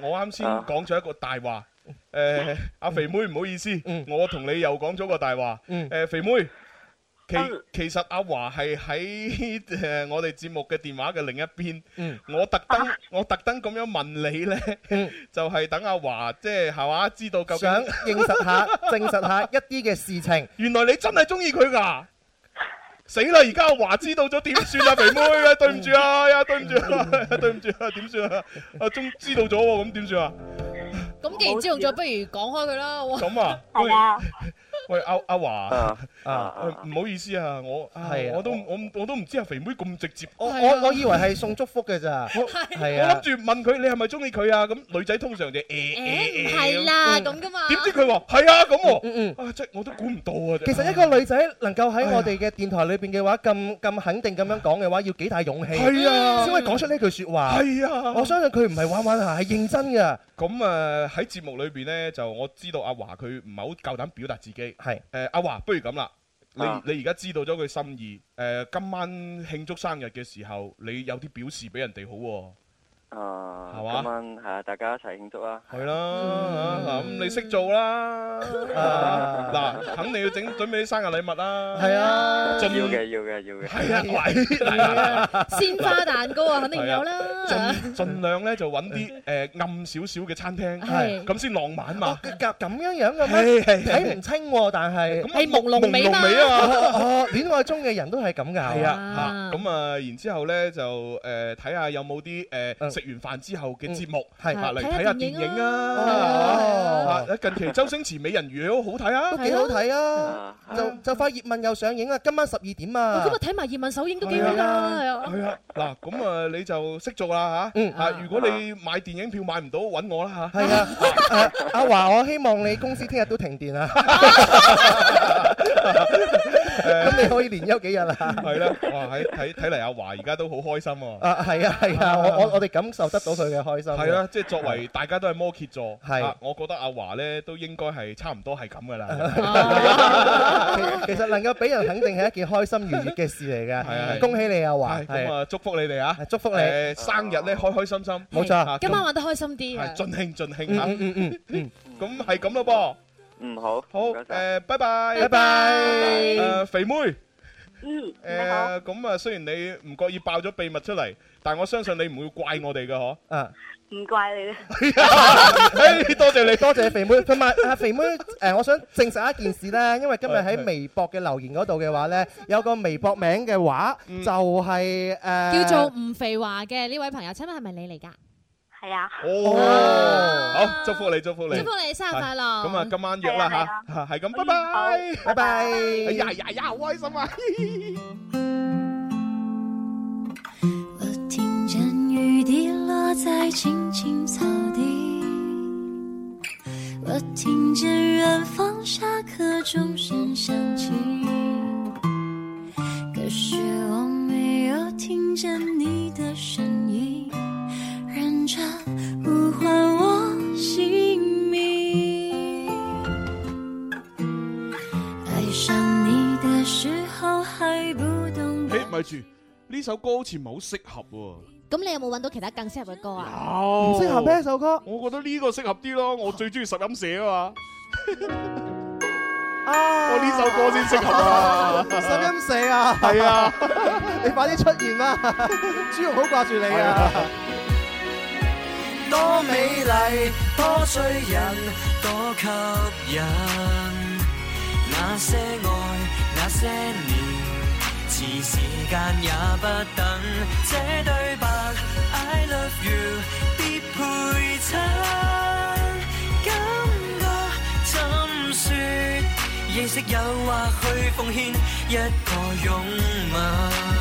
S5: 我啱先
S1: 啊
S5: 講咗一個大
S1: 嗯
S5: 話。誒，阿肥妹唔好意思，我同你又講咗個大話。
S1: 嗯
S5: 誒，肥妹，其
S1: 啊
S5: 其實阿華係喺 誒我哋節目嘅電話嘅另一邊。
S1: 嗯
S5: 我特登我特登咁樣問你呢， 就係等阿華即係係嘛，知道究竟
S1: 想認實 下、證實下一啲嘅事情。
S5: 原來你真係中意佢㗎！死啦！而家阿華知道咗點算啊，肥妹啊，對唔住啊，哎呀，對唔住啊，對唔住啊，點算啊？阿中知道咗喎，咁點算啊？
S6: 咁既然知道咗，不如講開佢啦。哇
S5: 咁啊，
S6: 係啊
S5: 喂，喂，阿阿華啊，唔好意思啊，我啊
S1: 係啊
S5: 我都我我都唔知阿肥妹咁直接，啊
S1: 我我我以為 係送祝福嘅咋，
S5: 我
S1: 係
S5: 諗
S1: 啊，
S5: 住問佢你係咪中意佢啊？咁女仔通常就誒
S6: 唔
S5: 誒
S6: 係啦，咁噶嘛。
S5: 點知佢話係啊咁喎，啊即係我都估唔到啊！
S1: 嗯其實一個女仔能夠喺我哋嘅電台裏邊嘅話，咁咁肯定咁樣講嘅話，要幾大勇氣，
S5: 係啊
S1: 先可以講出呢句説話。
S5: 係啊
S1: 我相信佢唔係玩玩下，係認真嘅。
S5: 咁啊喺節目裏邊呢，就我知道阿華佢唔係好夠膽表達自己。
S1: 係
S5: 誒，阿華不如咁啦，你
S1: 啊
S5: 你而家知道咗佢心意，誒今晚慶祝生日嘅時候，你有啲表示俾人哋好喎。
S10: 啊，
S5: 係嘛
S10: 今晚係啊，大家一齊慶祝啦。
S5: 係啦，
S1: 嗯
S5: 啊咁你識做啦，啊嗱，肯定要整準備啲生日禮物啦。
S1: 係啊
S5: 盡
S10: 要嘅，要嘅，要嘅。
S5: 係啊， 鬼係啊
S6: 鮮花蛋糕啊，肯定有啦。
S5: 盡盡量咧就揾啲誒暗少少嘅餐廳，
S1: 係
S5: 咁先浪漫嘛。
S1: 夾咁樣樣嘅
S5: 係
S1: 咩？
S5: 係係
S1: 睇唔清喎，但係
S5: 咁係朦朧美嘛朦 朧美啊嘛
S1: 哦哦，戀愛中嘅人都係咁㗎。
S5: 係啊，嚇咁啊，然之後咧就誒睇下有冇啲誒食完飯之後嘅節目，
S1: 係
S5: 啊嚟
S1: 睇下
S5: 睇下電
S1: 電
S5: 影
S1: 影
S5: 啊。
S1: 啊
S5: 啊近期周星馳《美人魚》好好睇啊，
S1: 都幾好睇啊！
S5: 係 啊
S1: 就就快葉問又上映啦，今晚十二點啊！
S6: 咁啊，睇埋葉問首映都幾好㗎。
S1: 係啊
S6: 係啊
S5: 係啊，嗱咁啊，你就識做啦嚇。啊，如果你買電影票買唔到，揾我啦嚇。
S1: 係啊，啊阿華，我希望你公司聽日都停電啊！咁你可以連休幾日啦。
S5: 係啦，哇！喺睇睇嚟阿華而家都好開心喎。
S1: 啊，係啊，係啊，我我我哋感受得到佢嘅開心嘅。
S5: 係啦，啊即係作為大家都係摩羯座，
S1: 係
S5: 啊我覺得阿華咧都應該係差唔多係啊咁 噶啦。
S1: 啊其其實能夠俾人肯定係一件開心愉悅嘅事嚟嘅。
S5: 係 係
S1: 恭喜你啊華！
S5: 係咁
S1: 係
S5: 啊， 祝福你哋啊！
S1: 祝福你
S5: 誒生日咧開開心心，
S1: 冇錯
S5: 啊
S6: 今晚玩得開心啲啊
S5: 係！盡興盡興
S1: 嗯
S5: 嚇。
S1: 嗯嗯嗯
S5: 咁係咁咯
S10: 噃。嗯，好。
S5: 好誒，拜拜。
S1: 拜拜
S5: 誒，肥妹。
S23: 嗯。
S5: 誒，咁啊，雖然你唔覺意爆咗秘密出嚟，但我相信你唔會怪我哋嘅嗬。
S1: 啊。
S23: 唔怪你啦。
S5: 誒，哎多謝你，
S1: 多謝肥妹，同埋啊肥妹 誒、我想證實一件事咧，因為今日喺微博嘅留言嗰度嘅話咧，有個微博名嘅話
S5: 嗯
S1: 就係、誒
S6: 叫做吳肥華嘅呢位朋友，請問係咪你嚟㗎？
S23: 係啊。
S5: à? 哦，好，祝福你，祝福你，
S6: 祝福你生日快樂
S5: 係咁啊，今晚約啦吓，嚇係咁，拜
S6: 嗯
S5: 拜，
S6: 好拜拜
S5: 哎呀呀呀，好開心啊！
S24: 我听见雨滴落在青青草地，我听见远方下课钟声响起，可是我没有听见你的声音，认真呼唤我姓名。爱上你的时候还不懂得
S5: 誒，咪住，呢首歌好似唔係好適合喎。
S6: 咁你有冇揾到其他更適合嘅歌啊？
S5: 哦
S1: 唔適合咩一首歌？
S5: 我覺得呢個適合啲咯，我最中意實音寫啊嘛。
S1: 啊，
S5: 哦我呢首歌先適 合啊
S1: 心音社啊，
S5: 係啊，
S1: 你快啲出現啦，朱紅好掛住你啊！
S4: 多美麗，多醉人，多吸引。那些愛，那些年，似時間也不等。這對白，I love you，必配襯。感覺怎説？認識有或去奉獻一個擁吻。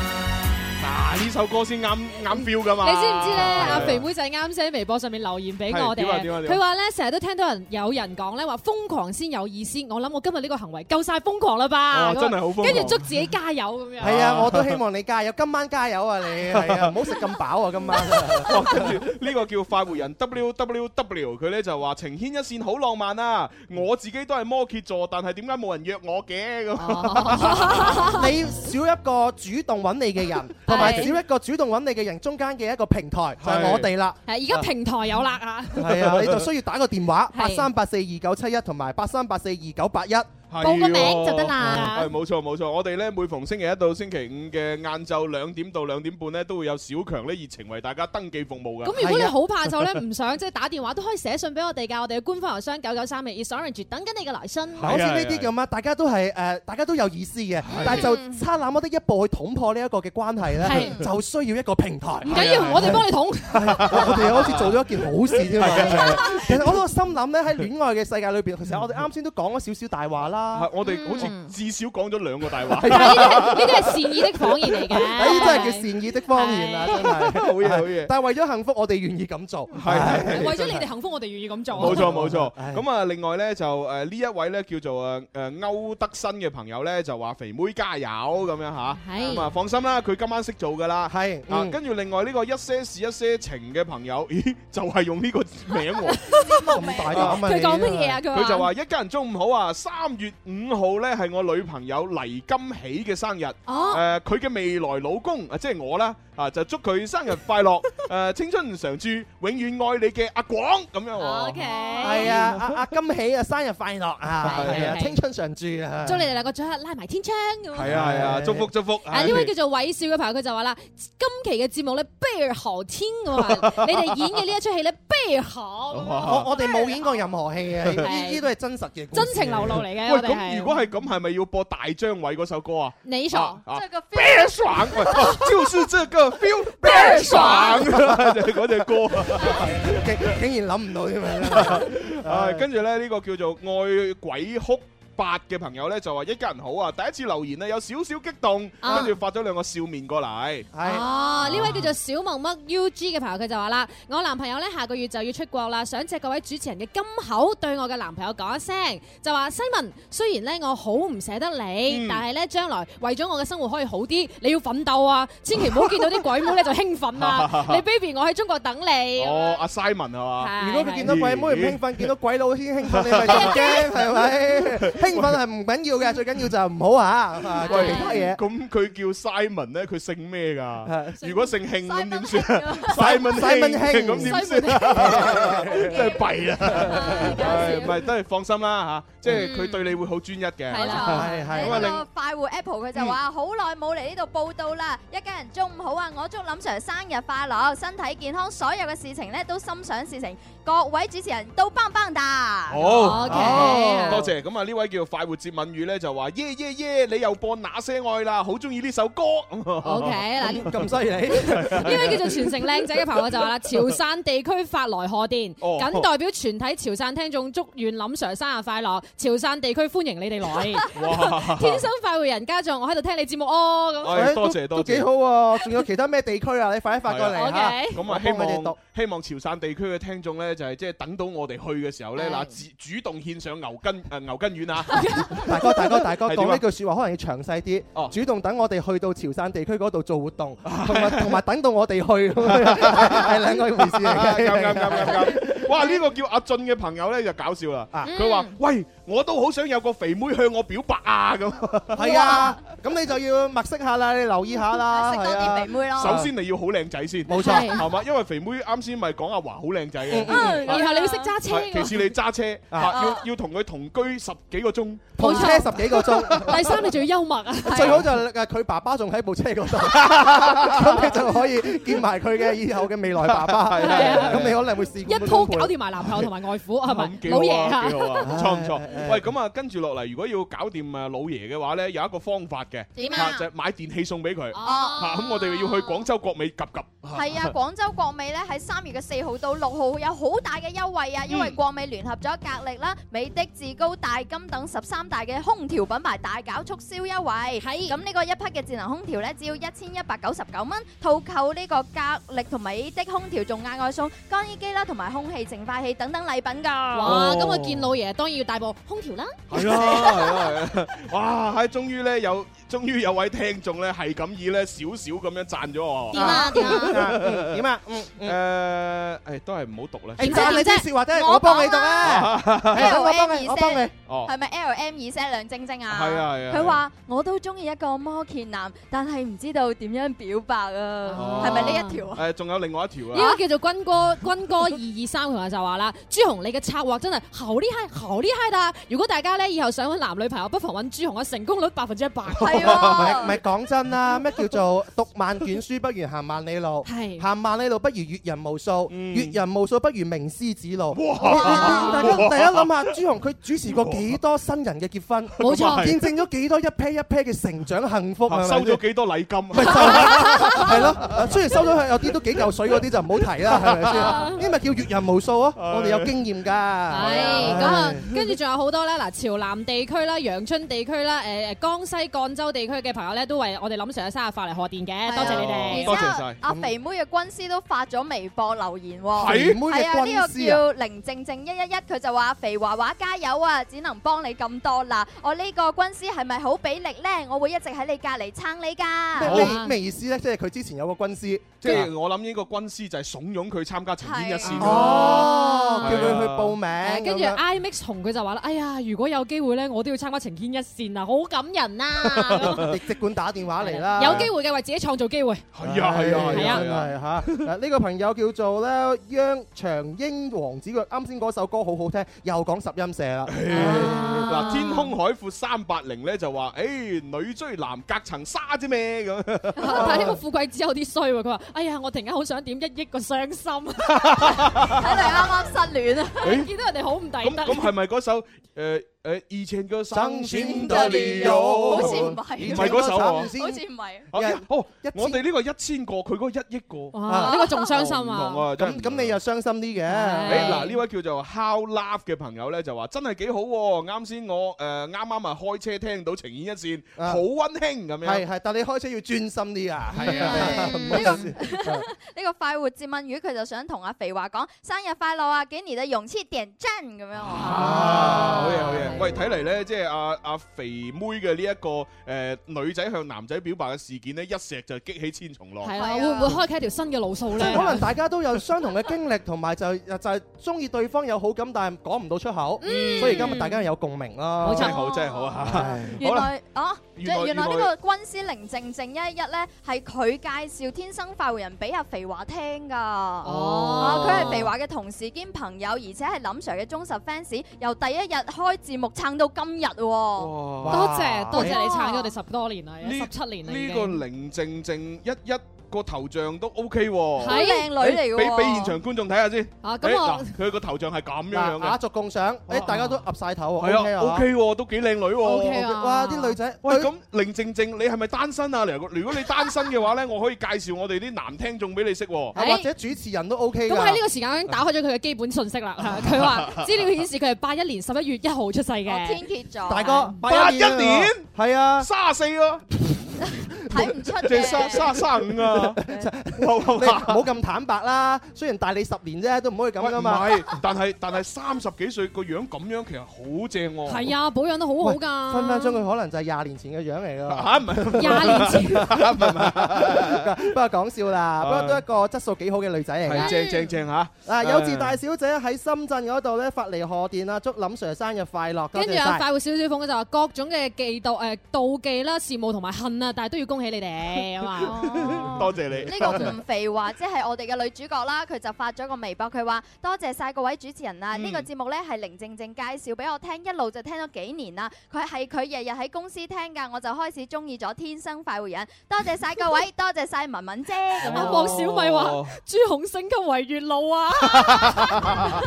S5: 嗱，呢首歌先啱啱 feel 噶
S6: 你
S5: 嘛。
S6: 知唔知咧？
S5: 係啊
S6: 阿肥妹仔啱先喺微博上面留言俾
S5: 係
S6: 我哋
S5: 點啊點啊，點啊
S6: 佢話咧成日都聽到人有人講咧話瘋狂先有意思，我諗我今日呢個行為夠晒瘋狂啦吧？啊
S1: 哦真係好瘋狂
S6: 跟住祝自己加油咁樣。
S1: 係啊，我都希望你加 油，今晚加油啊你！ 係啊，唔好食咁飽啊今晚。
S5: 哦跟住呢個叫快活人 W W W，佢咧就話情牽一線好浪漫啊！我自己都係摩羯座，但係點解冇人約我嘅 咁？
S1: 你少一個主動揾你嘅人，同埋少一個主動揾你嘅人中間嘅一個平台，就係我哋啦。
S6: 係而家平台有啦啊！
S1: 係啊，你就需要打個電話八
S6: 係
S1: 三八四二九七一同埋八三八四二九八一。
S5: 係
S6: 報個名
S5: 喎
S6: 就得啦
S5: 係冇錯冇錯，我哋咧每逢星期一到星期五嘅晏晝兩點到兩點半咧，都會有小強咧熱情為大家登記服務㗎。
S6: 咁如果你好怕醜咧，唔想即係打電話，都可以寫信俾我哋㗎。我哋嘅官方郵箱九九三嘅 is orange 等緊你嘅來信。
S1: 嗱好似呢啲咁啊，大家都係誒，大家都有意思嘅，但係就差那麼的一步去捅破呢一個嘅關係咧，
S6: 係
S1: 就需要一個平台。
S6: 唔緊要，我哋幫你捅。
S1: 我哋好似做咗一件好事添嘛
S5: 係啊係啊。
S1: 其實我都心諗咧，喺戀愛嘅世界裏邊，其實我哋啱先都講咗少少大話啦
S5: 啊。我哋好似至少講咗兩個大話。
S1: 係啊
S6: 呢 啲係善意的謊言嚟嘅。
S1: 哎真係叫善意的謊言啊！真係
S5: 好嘢好嘢
S1: 但係為咗幸福，我哋願意咁做。
S5: 係
S6: 為咗你哋幸福，我哋願意咁做。 啊
S5: 冇錯冇錯，咁啊另外咧就誒呢一位咧叫做誒誒歐德新嘅朋友咧就話肥妹加油咁樣吓，
S6: 係
S5: 咁啊放心啦，佢今晚識做噶啦，
S1: 係
S5: 啊
S1: 嗯
S5: 跟住另外呢個一些事一些情嘅朋友，咦就係用呢個名 喎，
S1: 咁大膽啊
S6: 佢講乜嘢啊佢話
S5: 佢就話一家人中午好啊，三月五號咧係我女朋友黎金喜嘅生日，誒
S6: 哦
S5: 佢嘅未來老公啊即係我啦，啊就祝佢生日快 樂，誒青春常駐，永遠愛你嘅阿廣咁樣喎。
S1: 係啊，阿阿金喜啊，生日快樂啊！
S5: 係
S1: 係啊，
S5: 係
S1: 青春常駐啊！
S6: 祝你哋兩個最後拉埋天窗咁。
S5: 係啊係啊，祝福祝福。
S6: 啊！呢位叫做偉少嘅朋友，佢就話啦：今期嘅節目咧，悲何天嘅話，你哋演嘅呢一出戲咧，悲何
S1: 我我哋冇演過任何戲 嘅，啊呢
S6: 係
S1: 呢都係真實嘅故事
S6: 真情流露嚟嘅，
S5: 喂，
S6: 我哋係
S5: 咁如果係咁，係咪要播大張偉嗰首歌啊？
S6: 你傻
S5: 啊啊
S6: 即係個 feel
S5: 別爽， 喂，哦就是這個 feel，別爽，就係嗰只歌啊。
S1: 竟竟然諗唔到添啊！
S5: 啊，跟住咧呢個叫做愛鬼哭八嘅朋友咧就話一家人好啊！第一次留言咧有少少激動，
S6: 啊
S5: 跟住發咗兩個笑面過嚟。
S6: 哦，呢位叫做小萌乜 UG 嘅朋友，佢就話啦：我男朋友呢，下個月就要出國啦，想借各位主持人嘅金口對我嘅男朋友講一聲，就話西文，雖然呢我好唔捨得你，但係呢將來為咗我嘅生活可以好啲，你要奮鬥啊！千祈唔好見到啲鬼妹呢就興奮啊！你 baby，我喺中國等你。
S5: 哦，阿 Simon 係嘛？
S6: 係
S1: 如果佢見到鬼妹唔興奮，見到鬼佬先興奮，你咪仲驚係 咪？ 興奮係唔緊要嘅，最緊要就唔好啊啊做其他嘢。
S5: 咁佢叫 Simon 咧，佢姓咩噶？如果姓慶咁點算
S1: Simon Simon 慶
S5: 咁點算
S1: Simon
S5: 真係弊啦！唉唔係都係放心啦嚇，即係佢對你會好專一嘅。
S8: 係啦，
S5: 係
S8: 呢
S5: 咁啊，
S8: 個
S5: 另嗯
S8: 快活 Apple 佢就話：好耐冇嚟呢度報道啦，一家人中午好啊！我祝林 Sir 生日快樂，身體健康，所有嘅事情咧都心想事成，各位主持人都棒棒哒。
S5: 好
S6: ，OK，
S5: 多謝。咁啊，呢位叫快活接吻語咧就話耶耶耶，你又播那些愛啦，好中意呢首歌。OK
S6: 嗱
S1: 咁犀利，
S6: 呢位叫做全城靚仔嘅朋友就話啦，潮汕地區發來賀電，
S5: 哦
S6: 僅代表全體潮汕聽眾祝願林 Sir 生日快樂，潮汕地區歡迎你哋來
S5: 哇，
S6: 天生快活人家長，我喺度聽你節目哦，咁
S5: 哎多
S1: 都
S5: 謝多謝
S1: 都幾好喎！仲有其他咩地區啊？你快啲發過嚟嚇
S5: 咁
S1: 我
S5: 啊，希
S1: 幫佢哋
S5: 望
S1: 讀
S5: 希望潮汕地區嘅聽眾咧，就係即係等到我哋去嘅時候咧，嗱自主動獻上牛筋誒牛筋丸啊！
S1: 大哥， 大哥，大哥，
S5: 係點啊哦
S1: 講呢句説話可能要詳細啲，主動等我哋去到潮汕地區嗰度做活 動，同埋同埋等到我哋去，係兩個 回事嚟嘅。
S5: 啊啱啱啱啱啱。哇！呢個叫阿俊嘅朋友咧就搞笑啦，
S6: 嗯
S5: 佢話：喂，我都好想有個肥妹向我表白啊！咁
S1: 係啊，咁你就要物色下啦，你留意下 啦，係啊。
S5: 首先你要好靚仔先，冇
S1: 錯係
S5: 係嘛？因為肥妹啱先咪講阿華好靚仔嘅，
S6: 嗯然後你要識揸車
S5: 係其次你揸車，啊
S6: 啊
S5: 要要同佢同居十幾個鐘，
S1: 同車十幾個鐘，
S6: 第三你仲要幽默啊，
S1: 最好就係佢爸爸仲喺部車嗰度， 咁你就可以見埋佢嘅以後嘅未來爸爸。
S5: 係啊
S1: 咁你可能會試
S6: 一鋪搞掂埋男朋友同埋外父係咪？
S5: 幾好
S6: 老爺
S5: 啊，
S6: 啊
S5: 幾 好啊，唔錯唔錯。喂，咁啊，跟住落嚟，如果要搞掂啊老爺嘅話咧，有一個方法嘅，
S8: 點啊
S5: 就係買電器送俾佢。
S8: 哦
S5: 嚇咁我哋要去廣州國美及及。
S8: 係 啊，廣州國美咧喺三月嘅四號到六號有好大嘅優惠啊！因
S6: 嗯
S8: 為國美聯合咗格力啦、美的、志高、大金等十三大嘅空調品牌大搞促銷優惠。係咁呢個一匹嘅智能空調咧，只要一千一百九十九蚊，套購呢個格力同美的空調，仲額外送乾衣機啦同埋空氣淨化器等等禮品㗎。
S6: 哇！咁我見老爺當然要帶部空調啦。
S5: 係啊，係啊，係啊！哇，係終於咧有，終於有位聽眾咧係咁以咧少少咁樣讚咗我。
S6: 點啊點啊
S1: 嗯點啊？
S5: 誒，誒都係唔好讀啦。
S1: 誒讚你啲説話啫，我幫你讀啊！係等
S8: L
S1: 我幫
S8: M
S1: 你，
S8: 二
S1: 我幫你
S8: set。
S5: 哦
S8: 係咪 L M 二 set 亮晶晶啊？
S5: 係啊係啊
S8: 佢話我都中意一個摩羯男，但係唔知道點樣表白啊
S5: 哦？
S8: 係咪呢一條啊？
S5: 誒，仲有另外一條
S6: 呢
S5: 啊。
S6: 個叫做軍哥軍哥二二三，佢就話啦：朱紅你嘅策劃真係好厲害，好厲害啦！如果大家咧以後想揾男女朋友，不妨揾朱紅啊，成功率百分之一百。係
S1: 唔係唔係講真啦，咩叫做讀萬卷書不如行萬里路？
S6: 係
S1: 行萬里路不如閱人無數，閱人無數不如名師指路。
S5: 哇
S1: 哇大
S5: 哇
S1: 家大家諗下，朱紅佢主持過幾多新人嘅結婚，
S5: 冇錯
S1: 見證咗幾多一 pair 一 pair 嘅成長幸福，係咪
S5: 啊收
S1: 先
S5: 咗幾多禮金？啊
S1: 係咯，雖然收咗佢有啲都幾嚿水嗰啲就唔好提 啦，係咪先？呢咪叫閱人無數啊！我哋有經驗㗎。
S6: 係
S1: 係
S6: 咁啊，跟住仲有好多啦，嗱，潮南地區啦、陽春地區啦、誒誒江西贛州地區嘅朋友咧，都為我哋林 Sir 嘅生日發嚟賀電嘅，多謝你哋。
S5: 多謝晒。
S8: 阿肥妹嘅軍師都發咗微博留言喎，
S5: 肥妹嘅
S8: 係啊，呢
S5: 軍師啊
S8: 個叫零靜靜一一一，佢就話肥華華加油啊，只能幫你咁多啦。我呢個軍師係咪好俾力呢？我會一直喺你隔離撐你
S1: 咩咩
S8: 㗎。哦
S1: 咩意思咧？即係佢之前有個軍師，
S5: 即係我諗呢個軍師就係慫恿佢參加情牽一啊線
S1: 哦
S5: 係啊
S1: 叫佢去報名
S6: 誒跟住
S1: 咁樣
S6: IMX 紅佢就話啦：哎呀，如果有機會咧，我都要參加情牽一線啊，好感人啊！
S1: 你即管打電話嚟啦。
S6: 有機會嘅為自己創造機會。係
S5: 係啊係啊係啊
S1: 真係嚇！嗱呢個朋友叫做咧央長英王子，佢啱先嗰首歌好好聽，又講十音社 啦。
S5: 嗱，天空海闊三八零咧就話，誒女追男隔層沙啫咩 咁。
S6: 但係呢個富貴子有啲衰喎，佢話：哎呀，我突然間好想點一億個傷心，睇
S8: 嚟啱啱失戀啊啊
S5: 咦，
S6: 見到人哋好唔抵
S5: 咁
S6: 得。
S5: 咁係咪嗰首誒誒以前個生
S22: 生
S5: 鮮
S22: 鮮
S5: 的
S22: 的
S5: 理
S22: 理
S5: 由
S22: 由，
S8: 好似唔係
S5: 唔係嗰首啊
S8: 好似唔係。
S5: 哦，哦我哋呢個一千個，佢嗰個一億個，
S1: 啊
S6: 啊呢個仲傷心啊
S5: 唔同啊，真係
S1: 咁咁你又傷心啲嘅。
S5: 誒嗱，呢位叫做 How Love 嘅朋友咧就話真係幾好喎，啱先我誒啱啱啊開車聽到情牽一線，
S1: 啊
S5: 好温馨咁樣。
S1: 係係，但你開車要專心啲啊。
S5: 係啊
S1: 唔好咁
S8: 呢個快活接吻魚佢就想同阿肥華講生日快樂啊，給你的勇氣點讚咁樣喎。
S5: 啊，好嘢好嘢！喂，睇嚟咧，即係阿阿肥妹嘅呢一個誒女仔向男仔表白嘅事件咧，一石就激起千重浪。
S6: 係啊
S8: 啊
S6: 啦，會唔會開啟一條新嘅路數
S1: 即
S6: 咧？
S1: 係可能大家都有相同嘅經歷，同埋就就係中意對方有好感，但係講唔到出口，所以今日大家有共鳴啦。
S5: 冇錯真係好真係好啊
S1: 係
S8: 原
S1: 好啦，
S8: 來哦，即
S1: 原來
S8: 係原來
S1: 原來
S8: 呢個君思玲靜靜一一咧，係佢介紹《天生快活人》俾阿肥華聽㗎。哦，佢係肥華嘅同事兼朋友，而且係林 Sir 嘅忠實 fans，由第一日開字幕撐到今日喎。
S6: 多謝多謝你撐咗我
S8: 哇
S6: 哋十多年啦，有十七年啦啊已
S5: 呢
S6: 經
S5: 個零靜靜一一個頭像都 OK 喎，
S6: 係靚女嚟嘅喎
S5: 俾俾現場觀眾睇下先。
S6: 啊咁
S5: 誒
S6: 我
S5: 嗱佢個頭像係咁樣樣
S1: 嗱，雅
S5: 嘅，
S1: 俗共賞，誒大家都岌晒頭喎。
S5: 係啊，OK 喎，都幾靚女喎。
S1: OK 啊哇啲女仔
S5: 喂，咁零靜靜，你係咪單身啊？如果如果你單身嘅話咧，我可以介紹我哋啲男聽眾俾你識喎。
S1: 啊或者主持人都 OK
S6: 咁
S1: 㗎
S6: 喺呢個時間已經打開咗佢嘅基本信息啦。佢話資料顯示佢係八一年十一月一號出世嘅，
S8: 天蠍座。啊
S1: 大哥
S5: 八一年
S1: 係啊，
S5: 三四咯，
S8: 睇唔出
S5: 即係
S8: 嘅。
S5: 三三三 五啊！
S1: 你唔好咁坦白啦。雖然大你十年啫，都唔可以咁
S5: 喂
S1: 噶
S5: 唔
S1: 嘛。
S5: 係，但係 但係三十幾歲個樣咁樣，其實好正喎。
S6: 係 啊，保養得好好㗎。
S1: 分分鐘佢可能就係廿年前嘅樣嚟㗎。
S5: 嚇唔係
S6: 廿年前
S1: 不過講笑啦，不過都一個質素幾好嘅女仔嚟
S5: 係
S1: 㗎。
S5: 正正正嚇。
S1: 嗱，有志大小姐喺深圳嗰度咧發嚟賀電啦，祝林 Sir 生日快樂，多
S6: 跟
S1: 謝
S6: 住啊，
S1: 晒
S6: 快活少少鳳就話各種嘅嫉妒、誒妒忌啦、羨慕同埋恨啊，但係都要恭喜你哋啊嘛。
S5: 哦
S1: 哦
S5: 多謝 你。
S8: 呢個吳肥華即係我哋嘅女主角啦，佢就發咗個微博，佢話多謝晒各位主持人啊！
S6: 嗯
S8: 呢個節目呢係零靜靜介紹俾我聽，一路就聽咗幾年啦。佢係佢日日喺公司聽㗎，我就開始中意咗《天生快活人》。多謝晒各 位，多謝晒文文姐
S5: 哦
S8: 咁啊
S6: 阿
S8: 樣。
S6: 莫小米
S1: 哦
S6: 話朱紅升級為月老啊，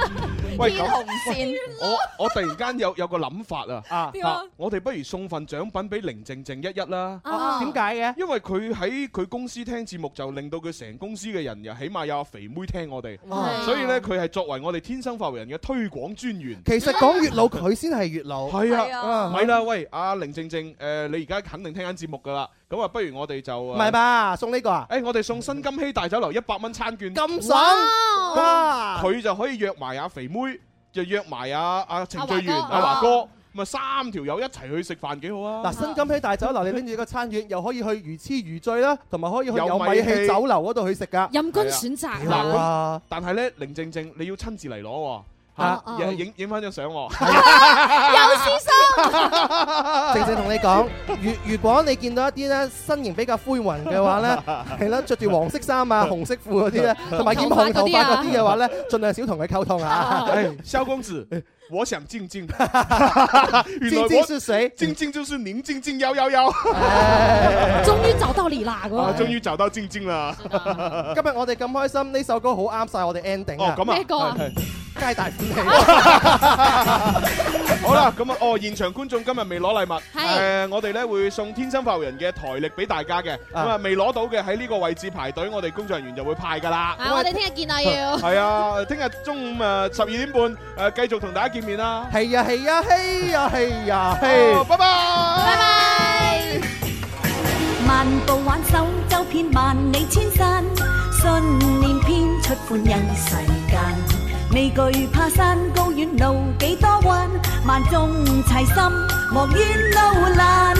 S5: 喂
S8: 天
S5: 咁
S8: 紅。線
S5: 我我突然間有有個諗法啊！
S6: 點啊
S5: 我哋不如送份獎品俾零靜靜一一啦。
S1: 啊點解嘅？
S5: 因為佢喺佢公司聽節目，就令到佢成公司嘅人又起碼有阿肥妹聽我哋
S1: 哇，
S5: 所以呢，佢係作為我哋天生發圍人嘅推廣專員。啊
S1: 其實講月老佢先係月老，
S5: 係啊，咪啦，喂，阿凌靜靜，誒，你而家肯定聽緊節目噶啦，咁啊，不如我哋就
S1: 唔係？吧？送呢個啊？
S5: 誒，我哋送新金禧大酒樓一百蚊餐券，
S1: 咁爽哇！
S5: 佢就可以約埋阿肥妹，就約埋阿阿程序員
S1: 阿華哥
S5: 阿華哥，咁啊三條友一齊去食飯幾好啊！
S1: 嗱，新金禧大酒 樓你拎住個餐券，又可以去魚翅魚醉啦，同埋可以去
S5: 有
S1: 有
S5: 米
S1: 米
S5: 氣
S1: 氣酒樓嗰度去食噶。
S6: 任
S5: 君選
S6: 擇
S5: 嗱咁，啊但係咧，凌靜靜你要親自嚟攞喎，嚇
S1: 啊，
S5: 影影影翻張相 喎。哎
S6: 有先
S1: 生，正正同你講，如如果你見到一啲咧身形比較灰雲嘅 話咧，係啦，着住黃色衫啊、紅色褲嗰啲咧，同埋染紅頭髮嗰啲嘅話咧，盡量少同佢溝 通啊。
S5: 哎，萧公子，我想靜 靜。原來
S1: 靜
S5: 我
S1: 靜是誰？
S5: 靜靜就是您，靜靜幺幺幺。
S1: 哎
S6: 終於找到你啦！
S5: 啊，終
S6: 咁
S5: 於找到靜靜啦。
S1: 今日我哋咁開心，呢首歌好啱晒我哋 ending
S5: 哦，咁啊，
S1: 咩歌
S5: 係？係
S1: 皆大歡喜。
S5: 好啦，咁啊，哦，現場觀眾今日未攞禮物，
S1: 係
S5: 誒，我哋咧會送天生發育人嘅台歷俾大家嘅，咁啊，未攞到嘅喺呢個位置排隊，我哋工作人員就會派噶啦。
S6: 啊，我哋聽日見啊要。
S5: 係啊，聽日中午誒十二點半誒繼續同大家見面啦。
S1: 係啊係啊嘿啊嘿啊嘿
S5: 好，拜拜。
S9: 拜
S8: 拜。
S18: 漫步挽手，走遍萬里千山，信念編出歡欣世間。未懼怕山高遠路幾多彎，萬眾齊心，莫怨路難。